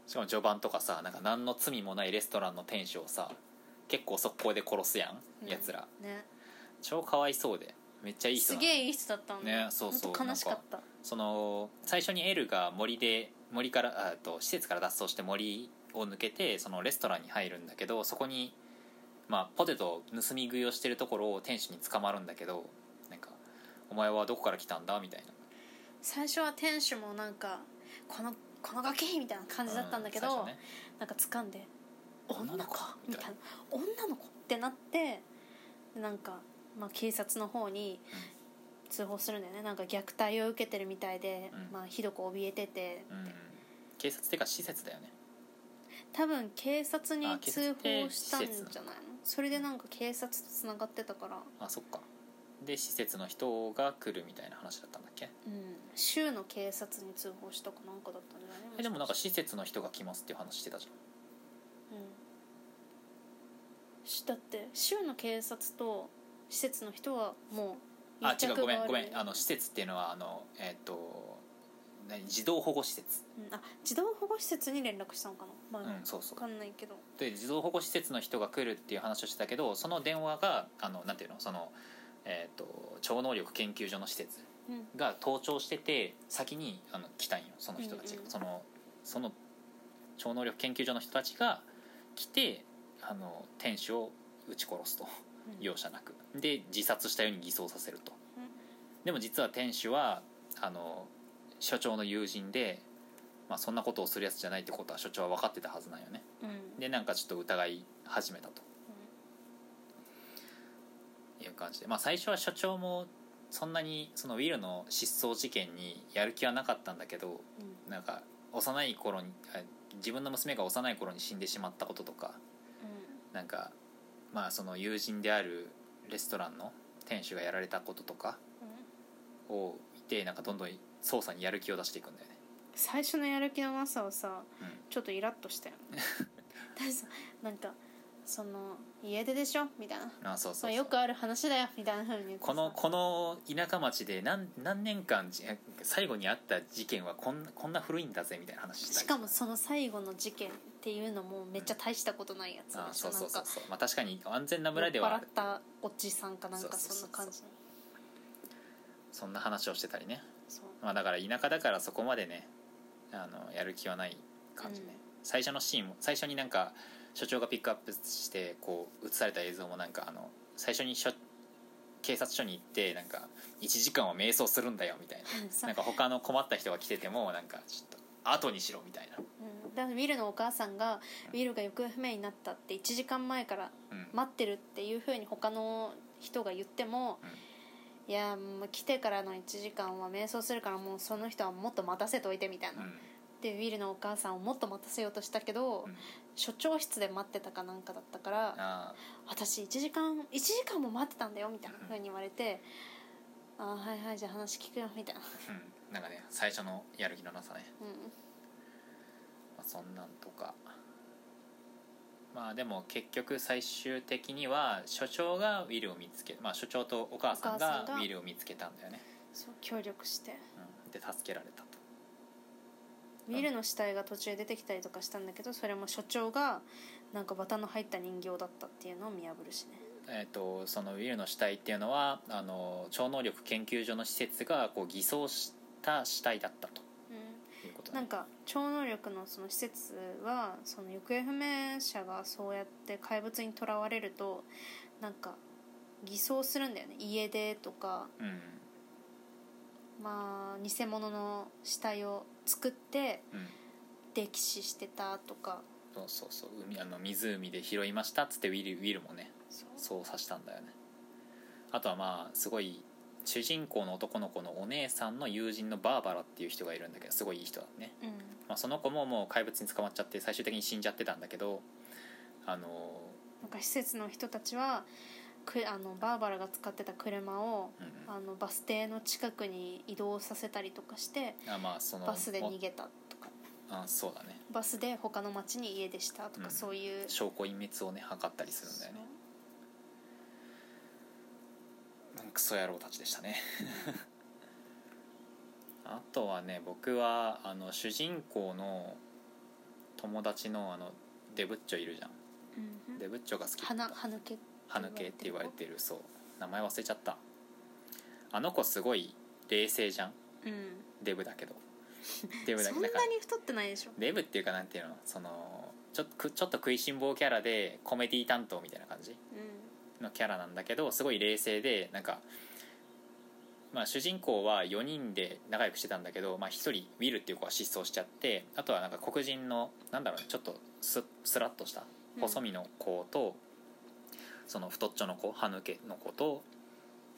S1: しかも序盤とかさなんか何の罪もないレストランの店主をさ結構速攻で殺すやん、
S2: うん
S1: やつら
S2: ね
S1: 超かわいそうでめっちゃいい人
S2: す
S1: な
S2: げ
S1: の
S2: えいい人だったの
S1: ねそうそう
S2: ほんと悲しかった
S1: その最初にエルが森で森からあえっと施設から脱走して森を抜けてそのレストランに入るんだけどそこに、まあ、ポテトを盗み食いをしてるところを店主に捕まるんだけどなんか「お前はどこから来たんだ?」みたいな
S2: 最初は店主もなんかこのこのガキみたいな感じだったんだけ
S1: う
S2: ど、
S1: 最初ね
S2: なんか掴んで
S1: 女の子
S2: み
S1: み
S2: た
S1: た
S2: い
S1: い
S2: な
S1: な
S2: 女の子ってなってでなんか、まあ、警察の方に通報するんだよねなんか虐待を受けてるみたいで、
S1: うん
S2: まあ、ひどく怯えてて、
S1: うん、うん警察っていうか施設だよね
S2: 多分警察に
S1: あ警察
S2: 通
S1: って
S2: 報したんじゃない
S1: 施
S2: の
S1: 設な
S2: それでなんか警察とつながってたから、
S1: あそっかで施設の人が来るみたいな話だったんだっけ
S2: うん、州の警察に通報したかなんかだったんじゃない
S1: えでもなんか施設の人が来ますっていう話してたじゃん
S2: うんしだって州の警察と施設の人はもう
S1: あ違うごめんごめ
S2: 密着
S1: ん
S2: が
S1: あ
S2: ある
S1: の施設っていうのはあのえーっ、と何児童保護施設、
S2: うんあ児童保護施設に連絡したのかな
S1: う
S2: ま
S1: ん
S2: あ、
S1: そうそ
S2: 分
S1: う
S2: かんないけど
S1: で児童保護施設の人が来るっていう話をしてたけどその電話があのなんていうのそのえーっ、と超能力研究所の施設
S2: うん
S1: が盗聴してて先にあの来たんよその人たちが、
S2: うんうん
S1: そのその超能力研究所の人たちが来てあの店主を撃ち殺すと
S2: うん
S1: 容赦なくで自殺したように偽装させると
S2: うん
S1: でも実は店主はあの所長の友人で、まあ、そんなことをするやつじゃないってことは所長は分かってたはずなんよね
S2: うん
S1: でなんかちょっと疑い始めたという感じで、まあ、最初は所長もそんなにそのウィルの失踪事件にやる気はなかったんだけど
S2: うん
S1: なんか幼い頃にあ自分の娘が幼い頃に死んでしまったこととかなんかまあその友人であるレストランの店主がやられたこととか
S2: うんうん
S1: を見てなんかどんどん捜査にやる気を出していくんだよね。
S2: 最初のやる気のなさをさ
S1: うん
S2: ちょっとイラッとしたよねだってさ なんかその家出でしょみたいな
S1: あそうそうそ
S2: まあ、
S1: う
S2: よくある話だよみたいなふうに言ってさ
S1: このこの田舎町で何何年間じ最後にあった事件はこんこんな古いんだぜみたいな話したり
S2: しかもその最後の事件っていうのもめっちゃ大したことないやつで
S1: あ
S2: し
S1: そ
S2: ょ
S1: うそう
S2: な
S1: そ
S2: ん
S1: う
S2: か
S1: そうまあ確かに安全な
S2: 酔
S1: 村
S2: っ
S1: では
S2: 払
S1: あ
S2: っ
S1: る
S2: たおじさんかなんか
S1: そう
S2: そ
S1: そうそうそ
S2: ん
S1: う
S2: な感じ
S1: そんな話をしてたりね、
S2: そう
S1: まあ、だから田舎だからそこまでねあのやる気はない感じね、
S2: うん
S1: 最初のシーンも最初になんか所長がピックアップしてこう映された映像もなんかあの最初にしょ警察署に行ってなんか1時間は瞑想するんだよみたいな
S2: うんさ
S1: なんか他の困った人が来ててもなんかちょっと後にしろみたいな、
S2: うんだからウィルのお母さんがウィルが行方不明になったって1時間前から
S1: うん
S2: 待ってるっていうふうに他の人が言っても、いやもう来てからの1時間は瞑想するからもうその人はもっと待たせといてみたいな、でウィルのお母さんをもっと待たせようとしたけ
S1: う
S2: ど、
S1: んうん
S2: 所長室で待ってたかなんかだったから
S1: あ
S2: 私1時間1時間も待ってたんだよみたいな風に言われて「ああはいはいじゃあ話聞くよ」みたいな、
S1: ーうんなんかね最初のやる気のなさね、
S2: うん、
S1: まあ、そんなんとかまあでも結局最終的には所長がウィルを見つけまあ所長とお母さん
S2: お母
S1: が
S2: さん
S1: ウ
S2: が
S1: ィルを見つけたんだよね、
S2: そう協力して
S1: うん、で助けられたと
S2: ウィルの死体が途中で出てきたりとかしたんだけどそれも所長がなんか綿の入った人形だったっていうのを見破るしね
S1: えー、とそのウィルの死体っていうのはあの超能力研究所の施設がこう偽装した死体だったと
S2: う
S1: いうこと
S2: ん、なん
S1: か
S2: か超能力のその施設はその行方不明者がそうやって怪物にとらわれるとなんか偽装するんだよね家出とか
S1: うん
S2: まあ偽物の死体を作って
S1: うん
S2: 溺死してたとか
S1: そうそうそう海あの湖で拾いましたっつってウィルウィルもね
S2: そう
S1: 操作したんだよねあとはまあすごい主人公の男の子のお姉さんの友人のバーバラっていう人がいるんだけどすごいいい人だね、
S2: うん
S1: まあ、その子ももう怪物に捕まっちゃって最終的に死んじゃってたんだけどあの
S2: なんか施設の人たちはくあのバーバラが使ってた車を
S1: うん
S2: あのバス停の近くに移動させたりとかして
S1: あまあその
S2: バスで逃げたとか
S1: あそうだね
S2: バスで他の町に家出したとか、
S1: うん
S2: そういう
S1: 証拠隠滅をね図ったりするんだよねうんクソ野郎たちでしたね あとはね僕はあの主人公の友達のあのデブッチョいるじゃん
S2: そううん
S1: デブッチョが好きだった
S2: 鼻鼻毛
S1: 歯抜けって言われてるそう名前忘れちゃったあの子すごい冷静じゃん
S2: うん
S1: デブだ けどデブだ
S2: そ
S1: けど
S2: んな
S1: だ
S2: に
S1: から
S2: 太ってないでしょ
S1: デブっていうかなんていうのそのちょっとくちょっと食いしん坊キャラでコメディ担当みたいな感じ
S2: う
S1: のキャラなんだけどすごい冷静でなんか、まあ、主人公は4人で仲良くしてたんだけど、まあ、1人ウィルっていう子は失踪しちゃってあとはなんか黒人のなんだろうねちょっとススラッとした
S2: うん
S1: 細身の子と、その太っちょの子歯抜けの子と、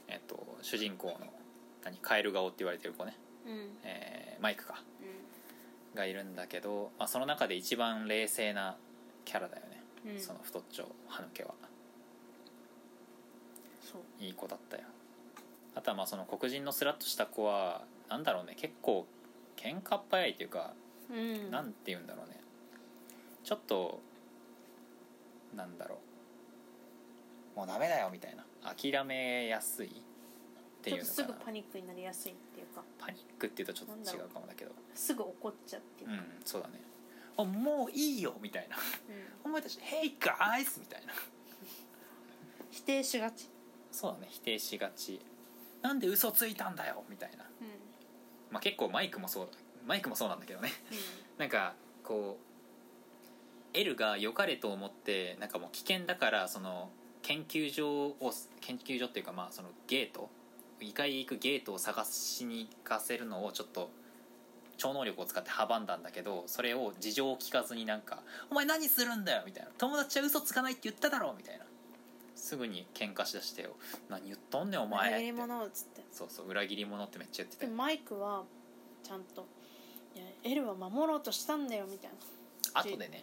S1: えっと、主人公の何カエル顔って言われてる子ね、
S2: んうん
S1: えーマイクかがいるんだけど、まあ、その中で一番冷静なキャラだよね、
S2: うんうん
S1: その太っちょ歯抜けは。
S2: そう
S1: いい子だったよあとはまあその黒人のスラッとした子はなんだろうね結構喧嘩っ早いというか、
S2: うん
S1: なんて言うんだろうねちょっとなんだろうもうダメだよみたいな諦めやすいって
S2: ち
S1: いう
S2: ょっ
S1: の
S2: と
S1: か
S2: す
S1: な
S2: ぐパニックになりやすいっていうか
S1: パニックっていうとちょっと違うかもだけど
S2: すぐ怒っちゃって
S1: うんそうだねあもういいよみたいな
S2: うん
S1: お前たち「Hey guys!」みたいな
S2: 否定しがち
S1: そうだね否定しがちなんで嘘ついたんだよみたいな
S2: うん
S1: まあ、結構マイクもそうマイクもそうなんだけどねなんかこう L が良かれと思ってなんかもう危険だからその研究所を研究所っていうかまあそのゲート異界へ行くゲートを探しに行かせるのをちょっと超能力を使って阻んだんだけどそれを事情を聞かずになんか「お前何するんだよ」みたいな「友達は嘘つかないって言っただろ」みたいなすぐに喧嘩しだしてよ「何言っとんねんお
S2: お
S1: 前」
S2: 裏
S1: っ
S2: 切
S1: て
S2: り者をつって
S1: そうそう裏切り者ってめっちゃ言ってた
S2: で
S1: よ
S2: マイクはちゃんと「いやエルは守ろうとしたんだよ」みたいな
S1: 後でね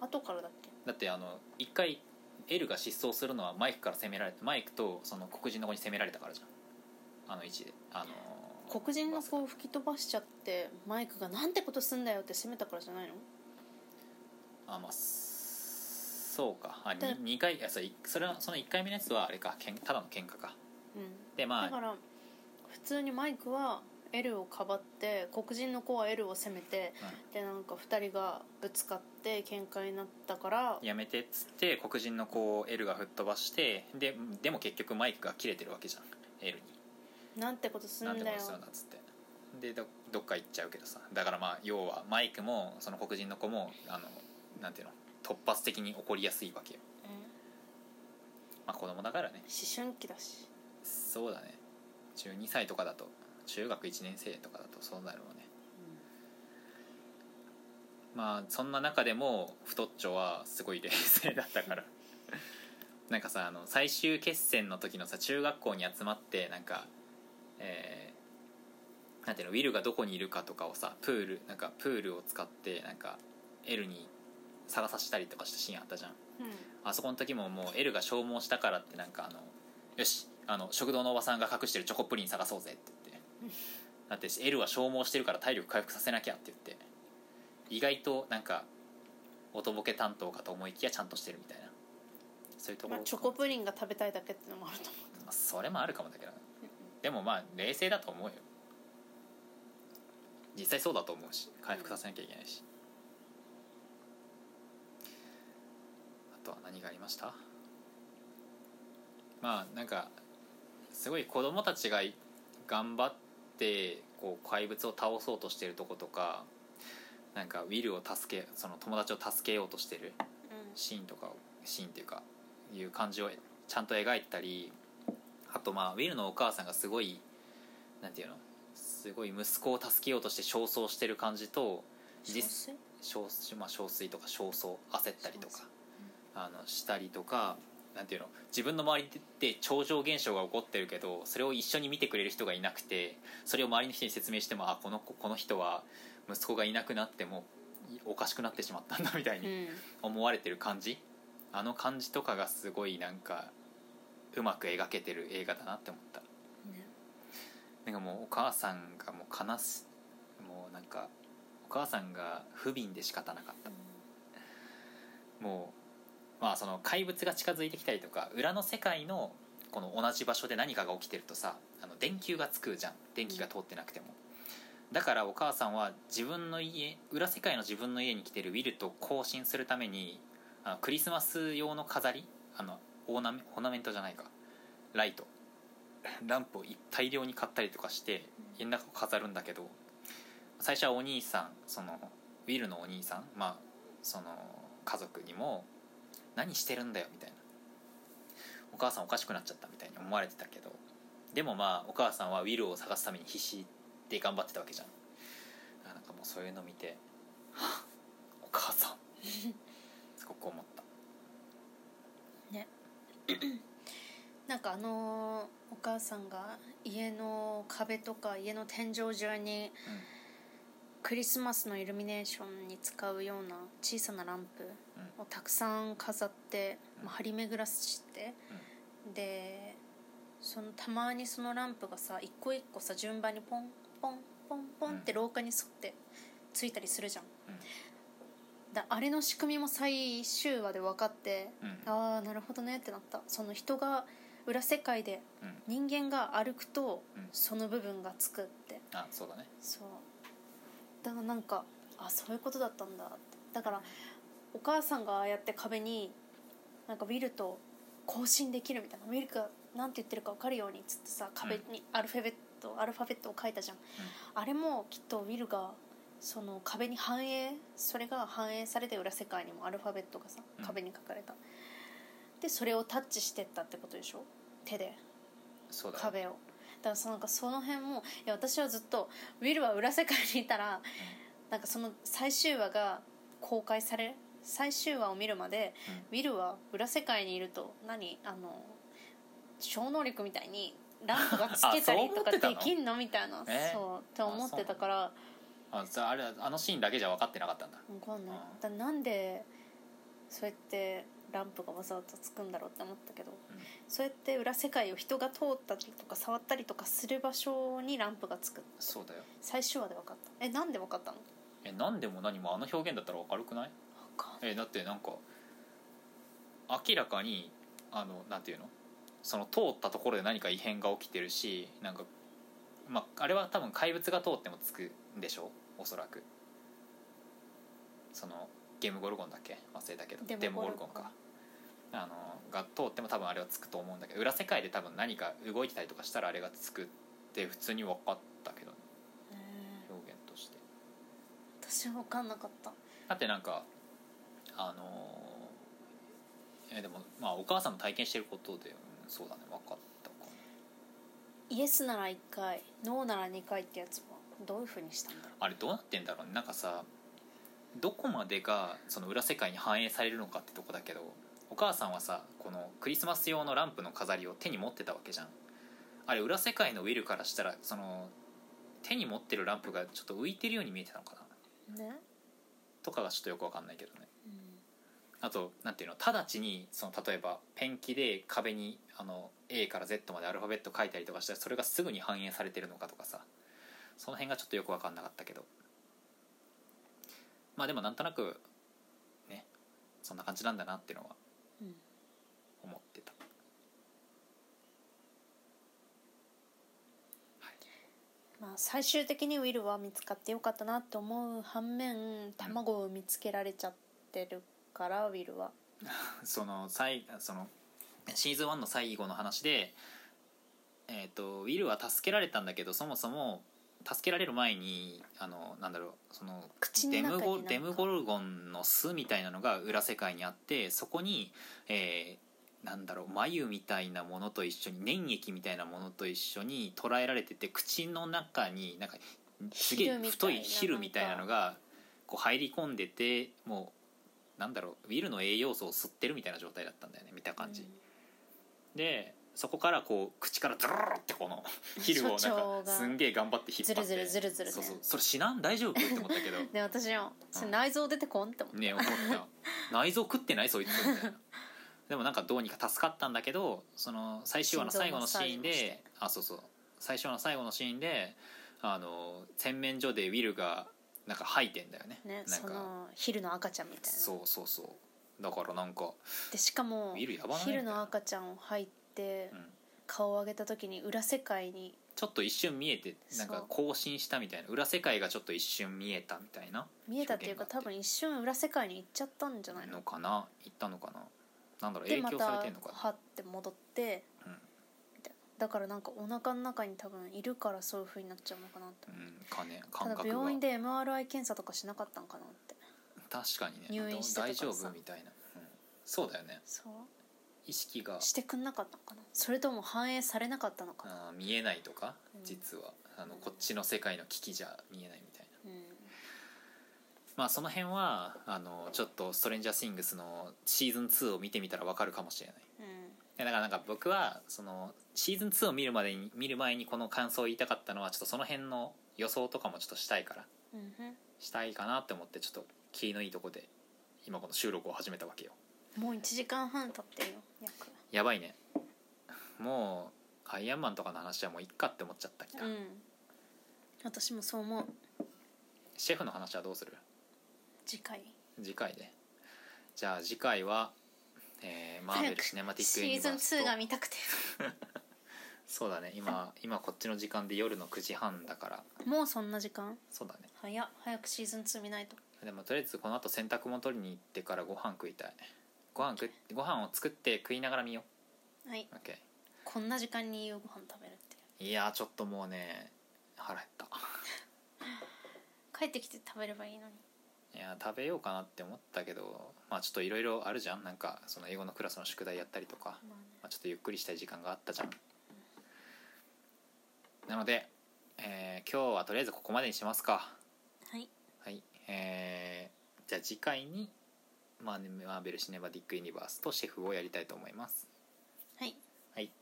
S2: 後からだっけ
S1: だってあの一回 L が失踪するのはマイクから攻められてマイクとその黒人の子に攻められたからじゃんあの位置であのー
S2: 黒人の子を吹き飛ばしちゃってマイクが「なんてことすんだよ」って責めたからじゃないの
S1: あまあすそうかあ
S2: だ
S1: に二回いやそれそれはその1回目のやつはあれかけんただの喧嘩か
S2: うん
S1: でま
S2: だ
S1: あ
S2: から普通にマイクは L をかばって黒人の子は L を責めて、でなんか2人がぶつかって喧嘩になったから
S1: やめてっつって黒人の子を L が吹っ飛ばしてででも結局マイクが切れてるわけじゃん L に
S2: なんてことす
S1: なんんて
S2: だ
S1: こ
S2: よ
S1: とするんだっつってでどどっか行っちゃうけどさだからまあ要はマイクもその黒人の子もあのなんていうの突発的に起こりやすいわけよ
S2: うん
S1: まあ子供だからね
S2: 思春期だし
S1: そうだね12歳とかだと中学1年生とかだとそうだろうねまあそんな中でも太っちょはすごい冷静だったからなんかさあの最終決戦の時のさ中学校に集まってなんかえーなんていうのウィルがどこにいるかとかをさプールなんかプールを使ってなんか L に探させたりとかしたシーンあったじゃん
S2: うん
S1: あそこの時ももう L が消耗したからってなんかあのよしあの食堂のおばさんが隠してるチョコプリン探そうぜって言ってだって L は消耗してるから体力回復させなきゃって言って意外となんか音ボケ担当かと思いきやちゃんとしてるみたいなそういうとこ
S2: ま
S1: ろ
S2: あ、チョコプリンが食べたいだけってのもあると思
S1: まあそれもあるかもだけどでもまあ冷静だと思うよ実際そうだと思うし回復させなきゃいけないし、あとは何がありましたまあなんかすごい子供たちがい頑張ってこう怪物を倒そうとしてるとことかなんかウィルを助けその友達を助けようとしてる
S2: う、
S1: シーンとかをシーンっていうかいう感じをちゃんと描いたりあとまあウィルのお母さんがすごいなんていうのすごい息子を助けようとして焦燥してる感じと実
S2: 実
S1: 憔まあ、憔悴とか焦燥焦ったりとか、あのしたりとかなんていうの自分の周りで超常現象が起こってるけどそれを一緒に見てくれる人がいなくてそれを周りの人に説明してもあこの子この人は息子がいなくなってもおかしくなってしまったんだみたいに
S2: うん
S1: 思われてる感じあの感じとかがすごいなんかうまく描けてる映画だなって思った
S2: ね
S1: なんかもうお母さんがもう悲しもうなんかお母さんが不憫で仕方なかったもうまあその怪物が近づいてきたりとか裏の世界のこの同じ場所で何かが起きてるとさあの電球がつくじゃん電気が通ってなくても、だからお母さんは自分の家裏世界の自分の家に来てるウィルと交信するためにあのクリスマス用の飾りあのオーナメオーナメントじゃないかライトランプを大量に買ったりとかして家の中を飾るんだけど最初はお兄さんそのウィルのお兄さんまあその家族にも「何してるんだよ」みたいな「お母さんおかしくなっちゃった」みたいに思われてたけどでもまあお母さんはウィルを探すために必死で頑張ってたわけじゃんだからなんかもうそういうの見てはぁ「お母さん」すごく思った
S2: なんかあのーお母さんが家の壁とか家の天井中にクリスマスのイルミネーションに使うような小さなランプをたくさん飾って、
S1: うん
S2: まあ張り巡らして、でそのたまにそのランプがさ一個一個さ順番にポンポンポンポンって
S1: う
S2: 廊下に沿ってついたりするじゃん、
S1: うん
S2: だあれの仕組みも最終話で分かって、
S1: うんうん
S2: ああなるほどねってなったその人が裏世界で
S1: うん
S2: 人間が歩くと
S1: うん
S2: その部分がつくって
S1: あそうだね
S2: そうだからなんかあそういうことだったんだってだからお母さんがああやって壁になんかウィルと交信できるみたいなウィルがなんて言ってるか分かるようにっつってさ壁にアルファベット、アルファベットを書いたじゃん、あれもきっとウィルがその壁に反映それが反映されて裏世界にもアルファベットがさ
S1: うん
S2: 壁に書かれた、でそれをタッチしてったってことでしょ手で
S1: そうだね
S2: 壁をだからそのなんかその辺もいや私はずっとウィルは裏世界にいたらなんかその最終話が公開され最終話を見るまで、ウィルは裏世界にいると何あの超能力みたいにランプがつけたりとか
S1: あそう思ってたの
S2: できんのみたいな、
S1: えー
S2: そうって思ってたから
S1: あじゃああれあのシーンだけじゃ分かってなかったんだ
S2: 分かんない
S1: うん
S2: だからなんでそうやってランプがわざわざつくんだろうって思ったけど、
S1: ん
S2: そうやって裏世界を人が通ったりとか触ったりとかする場所にランプがつく
S1: そうだよ
S2: 最終話で分かったえなんで分かったの
S1: え何でも何もあの表現だったら明るくない
S2: 分かんない
S1: えだってなんか明らかにあのなんていうのその通ったところで何か異変が起きてるしなんか、まあ、あれは多分怪物が通ってもつくんでしょうおそらくそのゲームゴルゴンだっけ忘れたけど
S2: デモ
S1: デモゴルゴ
S2: ゴル
S1: ン
S2: ゴン
S1: かあのが通っても多分あれはつくと思うんだけど裏世界で多分何か動いてたりとかしたらあれがつくって普通に分かったけど、ね、
S2: え
S1: 表現として
S2: ー私は分かんなかった
S1: だってなんかあのーえでもまあお母さんも体験してることで、うんそうだね分かったか
S2: イエスなら1回ノーなら2回ってやつはどういうふうにしたんだろ
S1: なあれどうなってんだろうねなんかさどこまでがその裏世界に反映されるのかってとこだけどお母さんはさこのクリスマス用のランプの飾りを手に持ってたわけじゃんあれ裏世界のウィルからしたらその手に持ってるランプがちょっと浮いてるように見えてたのかな
S2: うね、
S1: とかがちょっとよく分かんないけどね
S2: うん
S1: あとなんていうの直ちにその例えばペンキで壁にあの A から Z までアルファベット書いたりとかしたらそれがすぐに反映されてるのかとかさその辺がちょっとよく分かんなかったけどまあでもなんとなくねそんな感じなんだなっていうのは
S2: うん
S1: 思ってた
S2: まあ、最終的にウィルは見つかってよかったなと思う反面卵を見つけられちゃってるから、ウィルは
S1: その最そのシーズン1の最後の話で、えー、とウィルは助けられたんだけどそもそも助けられる前にあのなんだろうその
S2: 口の
S1: デ
S2: 中に
S1: ムゴ
S2: なんか
S1: デムゴルゴンの巣みたいなのが裏世界にあってそこに、えーなんだろう眉みたいなものと一緒に粘液みたいなものと一緒に捕らえられてて口の中になんかすげ
S2: ヒ
S1: え
S2: ルみたいな
S1: 太い汁みたいなのがこう入り込んでてもうなんだろうウィルの栄養素を吸ってるみたいな状態だったんだよね見た感じ、でそこからこう口からズルルルってこの昼を
S2: 所
S1: な
S2: 長
S1: んか
S2: が
S1: すんげえ頑張って引っ張って
S2: ズルズルズルズルね
S1: そうそうそれ死なん大丈夫って思ったけ ど
S2: で私もそれ内臓出てこんって思って、
S1: ね思っ た内臓食ってないそいつみたいなでもなんかどうにか助かったんだけどその最終話の最後のシーン
S2: 心臓マッサージも
S1: であそうそう最終話の最後のシーンであの洗面所でウィルがなんか吐いてんだよね
S2: ね
S1: なん
S2: そ
S1: か
S2: のヒルの赤ちゃんみたいな
S1: そうそうそうだからなんか
S2: でしかも
S1: ビルやばない
S2: ヒルの赤ちゃんを入って、
S1: うん
S2: 顔を上げた時に裏世界に
S1: ちょっと一瞬見えてなんか
S2: そう
S1: 更新したみたいな裏世界がちょっと一瞬見えたみたいな
S2: 見えたっていうか
S1: 表
S2: 多
S1: 現があ
S2: 分一瞬裏世界に行っちゃったんじゃないの
S1: のかな行ったのかななんだろう
S2: で
S1: 影
S2: ま
S1: 響
S2: た
S1: され
S2: は
S1: てんのかな、
S2: って戻って
S1: うん
S2: みたいなだからなんかお腹の中に多分いるからそういう風になっちゃうのかなって
S1: う、ん、かね
S2: た
S1: 感
S2: だ
S1: 覚が
S2: 病院で MRI 検査とかしなかったんかなって
S1: 確かにね
S2: 入院してたから
S1: 大
S2: さ
S1: 丈夫みたいな、うんそうだよね
S2: そう
S1: 意識が
S2: してくんなかったのかなそれとも反映されなかったのかな、
S1: あー見えないとか
S2: うん
S1: 実は、あのこっちの世界の危機じゃ見えないみたいな
S2: うん
S1: まあその辺はあのちょっと「ストレンジャー・シングス」のシーズン2を見てみたらわかるかもしれない
S2: うん
S1: いやだからなんか僕はそのシーズン2を見るまでに見る前にこの感想を言いたかったのはちょっとその辺の予想とかもちょっとしたいから
S2: うんふん
S1: したいかなって思ってちょっと気のいいとこで今この収録を始めたわけよ
S2: もう1時間半経ってるよ約
S1: やばいねもうアイアンマンとかの話はもういっかって思っちゃったきた、
S2: うん私もそう思う
S1: シェフの話はどうする
S2: 次回
S1: 次回でじゃあ次回は、えーマーベ
S2: 早
S1: ル・
S2: く
S1: シネマティック・
S2: シーズン2が
S1: と
S2: 見たくて
S1: そうだね今今こっちの時間で夜の9時半だから
S2: もうそんな時間
S1: そうだね
S2: 早っ早くシーズン2見ないと
S1: でもとりあえずこの後洗濯も取りに行ってからご飯食いたいご飯食いご飯を作って食いながら見よ
S2: はいう
S1: OK
S2: こんな時間に夕ご飯食べるっていう
S1: いやーちょっともうね腹減っ
S2: 帰ってきて食べればいいのに
S1: たいやー食べようかなって思ったけどまあちょっといろいろあるじゃんなんかその英語のクラスの宿題やったりとか、
S2: まあね
S1: まあ、ちょっとゆっくりしたい時間があったじゃんなので、えー今日はとりあえずここまでにしますか
S2: はい
S1: はいえーじゃあ次回にまあねマーベル・シネマティック・ユニバースとシェフをやりたいと思います
S2: はい
S1: はい、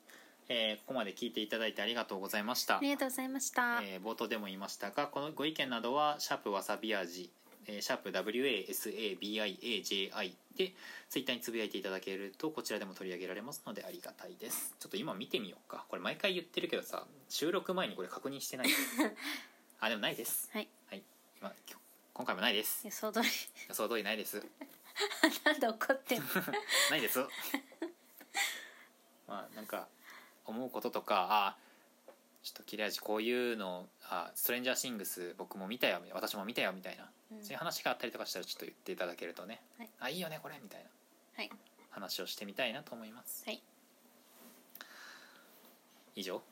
S1: えーここまで聞いていただいてありがとうございました
S2: あ、りがとうございました、
S1: えー冒頭でも言いましたがこのご意見などは「シャープわさび味」えー「シャープ #WASABIAJI」でツイッターにつぶやいていただけるとこちらでも取り上げられますのでありがたいですちょっと今見てみようかこれ毎回言ってるけどさ収録前にこれ確認してないあでもないです
S2: はい
S1: はい今今日今回もないです
S2: 予想通り
S1: 予想通りないです
S2: なんで怒ってん の
S1: ないです まあなんか思うこととかあちょっと切れ味こういうのあストレンジャーシングス僕も見たよ私も見たよみたいな、
S2: うん
S1: そういう話があったりとかしたらちょっと言っていただけるとね、
S2: はい
S1: あいいよねこれみたいな
S2: はい
S1: 話をしてみたいなと思います
S2: はい
S1: 以上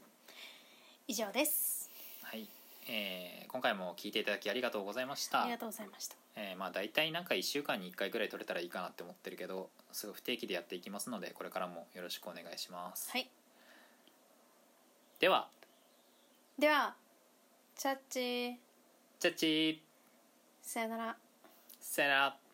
S2: 以上です
S1: はい、えー今回も聞いていただきありがとうございました
S2: ありがとうございました
S1: えーまあ大体なんか1週間に1回ぐらい取れたらいいかなって思ってるけどすごい不定期でやっていきますのでこれからもよろしくお願いします、
S2: はい
S1: では
S2: ではチャッチー
S1: チャッチー
S2: さよなら
S1: さよなら